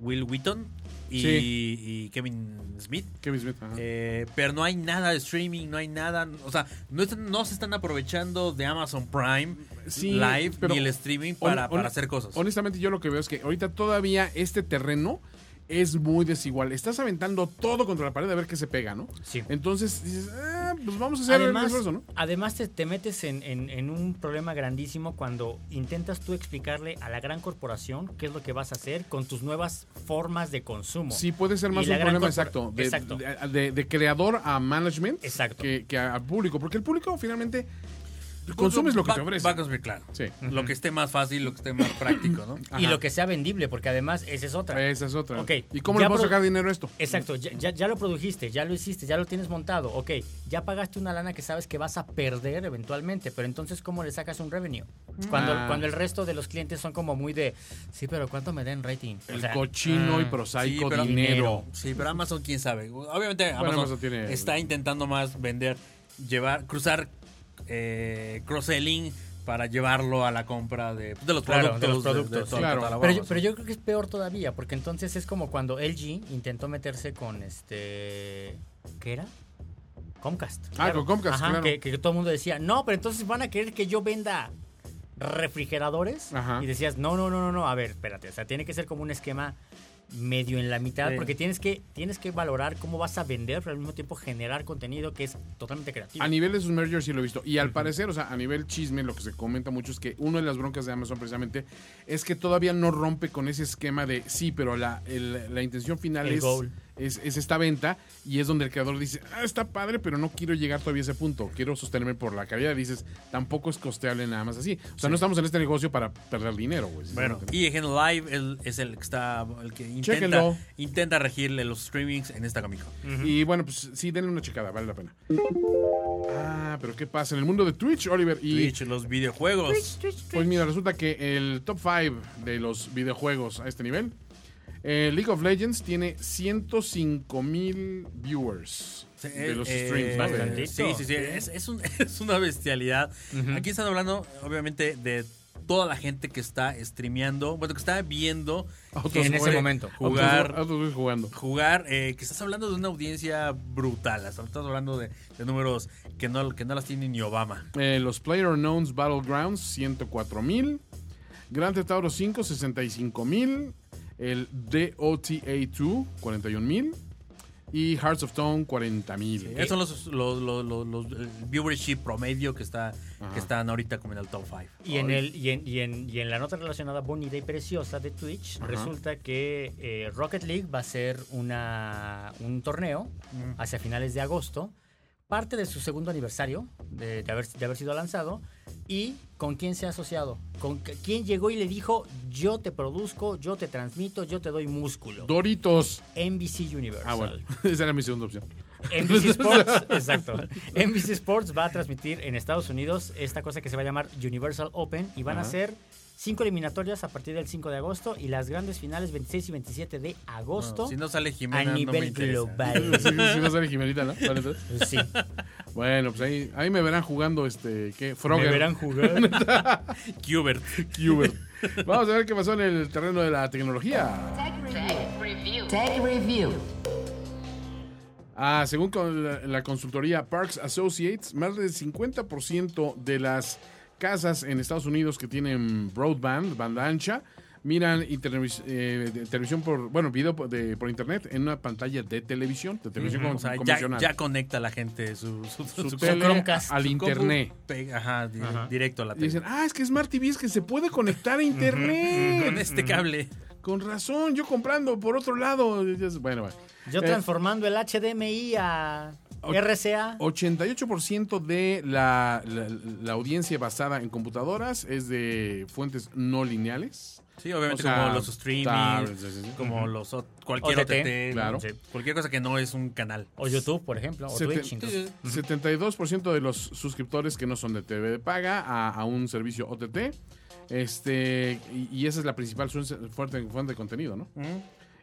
Will Wheaton y, Sí. y Kevin Smith. Kevin Smith, ajá. Eh, pero no hay nada de streaming, no hay nada. O sea, no, están- no se están aprovechando de Amazon Prime Sí, Live pero ni el streaming hon- para, para hon- hacer cosas. Honestamente, yo lo que veo es que ahorita todavía este terreno es muy desigual. Estás aventando todo contra la pared a ver qué se pega, ¿no? Sí. Entonces dices, ah, pues vamos a hacer el Además, esfuerzo, ¿no? además te, te metes en, en- en un problema grandísimo cuando intentas tú explicarle a la gran corporación qué es lo que vas a hacer con tus nuevas formas de consumo. Sí, puede ser más Y la un gran problema corpora- exacto. De, exacto. de- de- de creador a management Exacto. que, que a- al público. Porque el público finalmente Pues consumes lo que Pues Va- te ofrece. Va a consumir, claro. Sí. Ah, Lo que esté más fácil, lo que esté más práctico, ¿no? Y Ajá. lo que sea vendible, porque además esa es otra. Esa es otra. Ok, ¿Y cómo le ya vamos a pro- sacar dinero a esto? Exacto, ya, ya- ya lo produjiste, ya lo hiciste, ya lo tienes montado. Ok, ya pagaste una lana que sabes que vas a perder eventualmente, pero entonces, ¿cómo le sacas un revenue? Cuando, Ah. cuando el resto de los clientes son como muy de, sí, pero ¿cuánto me den rating? O El sea, cochino y Ah, Sí, prosaico pero- dinero. Sí, pero Amazon, quién sabe. Obviamente, Amazon, Amazon tiene- está intentando más vender, llevar, cruzar eh, cross-selling para llevarlo a la compra de, de los Claro, productos. de los productos, todo el claro. catálogo Pero, yo- Amazon. pero yo creo que es peor todavía, porque entonces es como cuando LG intentó meterse con este. ¿Qué era? Comcast. Ah, con Comcast, Ajá, claro. que, que todo el mundo decía, no, pero entonces van a querer que yo venda refrigeradores. Ajá. Y decías, no, no, no, no, no, a ver, espérate, o sea, tiene que ser como un esquema medio en la mitad, Sí. porque tienes que, tienes que valorar cómo vas a vender, pero al mismo tiempo generar contenido que es totalmente creativo. A nivel de sus mergers sí lo he visto. Y al parecer, o sea, a nivel chisme, lo que se comenta mucho es que una de las broncas de Amazon precisamente es que todavía no rompe con ese esquema de sí, pero la, el- la intención final El es, goal. es, es esta venta y es donde el creador dice, ah, está padre, pero no quiero llegar todavía a ese punto, quiero sostenerme por la calidad. Dices, tampoco es costeable nada más así. O sea, no estamos en este negocio para perder dinero, güey. Bueno, Sinceramente. y en Live el- es el que está, el que intenta, Chéquenlo. intenta regirle los streamings en esta Comic Con. Y bueno, pues sí, denle una checada, vale la pena. Ah, pero ¿qué pasa? En el mundo de Twitch, Oliver, y... Twitch, los videojuegos. Pues mira, resulta que el top 5 de los videojuegos a este nivel, eh, League of Legends tiene 105 mil viewers Sí, de los eh, streams. ¿no? bastante. De- Sí, sí, sí. Es, es un- es una bestialidad. Aquí están hablando, obviamente, de toda la gente que está streameando, bueno, que está viendo Otros que en ese puede momento. Jugar, Otros- otros jugando. jugar, eh, que estás hablando de una audiencia brutal. hasta Estás hablando de, de números que no, que no las tiene ni Obama. Eh, los PlayerUnknown's Battlegrounds, 104 mil. Grand Theft Auto 5, 65 mil. El DOTA 2, 41 mil. Y Hearts of Stone, 40 mil. Esos son los, los, los- los- los- el viewership promedio que, está, que están ahorita como en el top 5. Y en, el, y, en, y, en, y en la nota relacionada bonita y preciosa de Twitch, resulta que eh, Rocket League va a ser una, un torneo Mm. hacia finales de agosto, parte de su segundo aniversario de, de haber, de haber sido lanzado, y con quién se ha asociado, con qu- quién llegó y le dijo, yo te produzco, yo te transmito, yo te doy músculo. Doritos. NBC Universal. Ah, bueno. Esa era mi segunda opción. NBC Sports, exacto. NBC Sports va a transmitir en Estados Unidos esta cosa que se va a llamar Universal Open y van a Ajá. ser cinco eliminatorias a partir del 5 de agosto y las grandes finales 26 y 27 de agosto si no sale Jimena, a no me nivel interesa. global. Sí, sí, sí, no sale Jimenita, ¿no? Vale, entonces. Sí, Bueno, pues ahí, ahí me verán jugando este, ¿qué? me Frogger. verán jugar. Qbert. Qbert. Vamos a ver qué pasó en el terreno de la tecnología. Tech Review. Ah, según con la, la consultoría Parks Associates, más del 50% de las casas en Estados Unidos que tienen broadband, banda ancha, miran intervis- eh, de- televisión por, bueno, video por, de- por internet en una pantalla de televisión, de televisión con- Pues O sea, ya, convencional. ya conecta la gente su, su, su, su- tele Chromecast, al su internet. compu pe- Ajá, di- directo a la Y tele. dicen, ah, es que Smart TV es que se puede conectar a internet. Con este cable. Con razón, yo comprando por otro lado. Bueno, bueno. Yo Eh, transformando el HDMI a Och- RCA. 88% de la, la- la audiencia basada en computadoras es de fuentes no lineales. Sí, obviamente O sea, como los streamings, tablets, sí, sí, sí. como los ot- cualquier OTT, OTT, claro. sí, cualquier cosa que no es un canal. O YouTube, por ejemplo, o Seten- Twitch. incluso. 72% de los suscriptores que no son de TV de paga a, a un servicio OTT. Este, y, y esa es la principal suence- fuente, fuente de contenido, ¿no?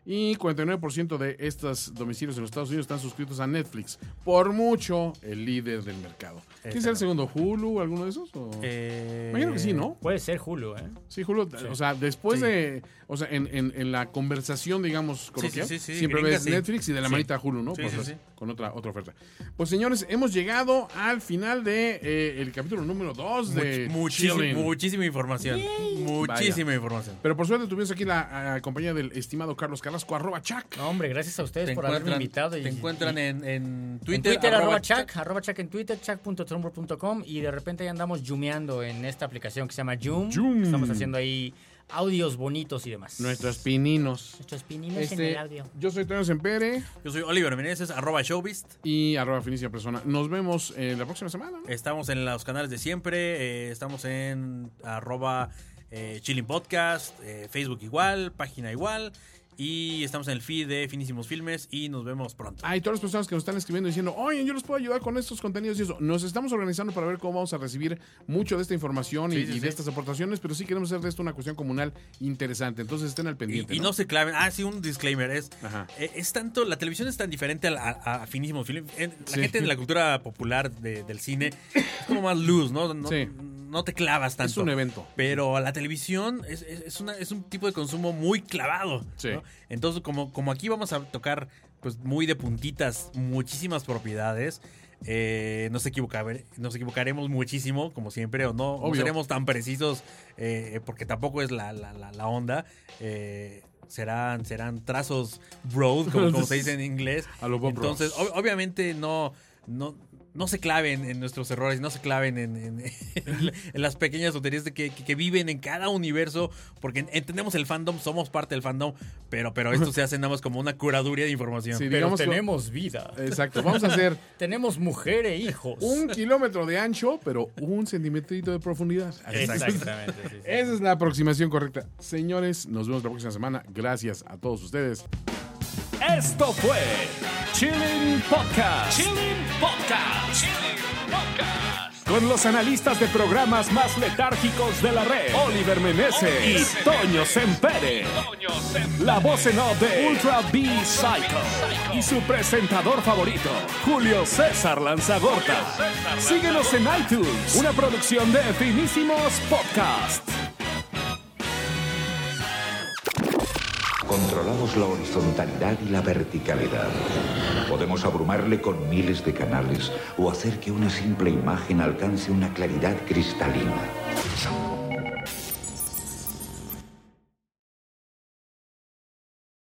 Y 49% de estos domicilios en los Estados Unidos están suscritos a Netflix. Por mucho, el líder del mercado. ¿Quién será el segundo? ¿Hulu? ¿Alguno de esos? o? Eh, Imagino que sí, ¿no? Puede ser Hulu, ¿eh? Sí, Julio, o sea, después de, o sea, en, en- en la conversación, digamos, coloquial, sí, sí, sí, siempre gringa, ves sí. Netflix y de la Sí. manita Hulu, ¿no? Sí, Por sí, otra- sí. Con otra, otra oferta. Pues señores, hemos llegado al final de eh, el capítulo número 2 de Much- muchísima- Chilling. muchísima información. Muchísima información. Pero por suerte tuvimos aquí la ah, compañía del estimado Carlos Carrasco, arroba Chac. No, hombre, gracias a ustedes por haberme invitado. y- te encuentran en, en En Twitter. arroba Chuck, arroba Chuck en Twitter, chuck.trumbo.com y de repente ya andamos yumeando en esta aplicación que se llama Yum. Yum. Estamos haciendo ahí audios bonitos y demás. Nuestros pininos. Nuestros pininos en Este, el audio. yo soy Toño Sempere Yo soy Oliver Meneses, arroba Showbiz. y arroba Finicia Persona. Nos vemos eh, la próxima semana, ¿no? Estamos en los canales de siempre. eh, estamos en arroba eh, Chilling Podcast, eh, Facebook igual, página igual. Y estamos en el feed de Finísimos Filmes y nos vemos pronto. Hay todas las personas que nos están escribiendo diciendo, oye, yo los puedo ayudar con estos contenidos y eso. Nos estamos organizando para ver cómo vamos a recibir mucho de esta información y, Sí, sí, y de sí. estas aportaciones, pero sí queremos hacer de esto una cuestión comunal interesante. Entonces estén al pendiente. Y, y no se claven. Ah, sí, un disclaimer. Es, Ajá. eh, es tanto, la televisión es tan diferente a, la- a- a finísimos filmes. En- La Sí. gente de la cultura popular de- del cine es como más luz, ¿no? No, Sí. no te clavas tanto. Es un evento. Pero la televisión es, es- es una- es un tipo de consumo muy clavado. Sí. ¿no? Entonces, como, como aquí vamos a tocar pues muy de puntitas muchísimas propiedades, eh, nos, equivoca- nos equivocaremos muchísimo, como siempre, o no, no Obvio. seremos tan precisos, eh, porque tampoco es la, la- la- la onda. eh, serán, serán trazos broad, como, como se dice en inglés. A lo Bob Entonces, Ross. ob- obviamente no... No, no se claven en nuestros errores, no se claven en, en- en la- en las pequeñas tonterías de que, que- que viven en cada universo, porque en- entendemos el fandom, somos parte del fandom, pero, pero esto se hace nada más como una curaduría de información. Sí, Pero digamos que- tenemos vida. Exacto. Vamos a hacer tenemos mujer e hijos. un kilómetro de ancho, pero un centimetrito de profundidad. Exactamente. sí, sí. Esa es la aproximación correcta. Señores, nos vemos la próxima semana. Gracias a todos ustedes. Esto fue Chilling Podcast. Podcast. Chilling Podcast. Con los analistas de programas más letárgicos de la red, Oliver Meneses y Toño Sempere. Toño Sem- La voz en off de Ultra B Psycho y su presentador favorito, Julio César Lanzagorta. Síguenos en iTunes, una producción de Finísimos Podcast. Controlamos la horizontalidad y la verticalidad. Podemos abrumarle con miles de canales o hacer que una simple imagen alcance una claridad cristalina.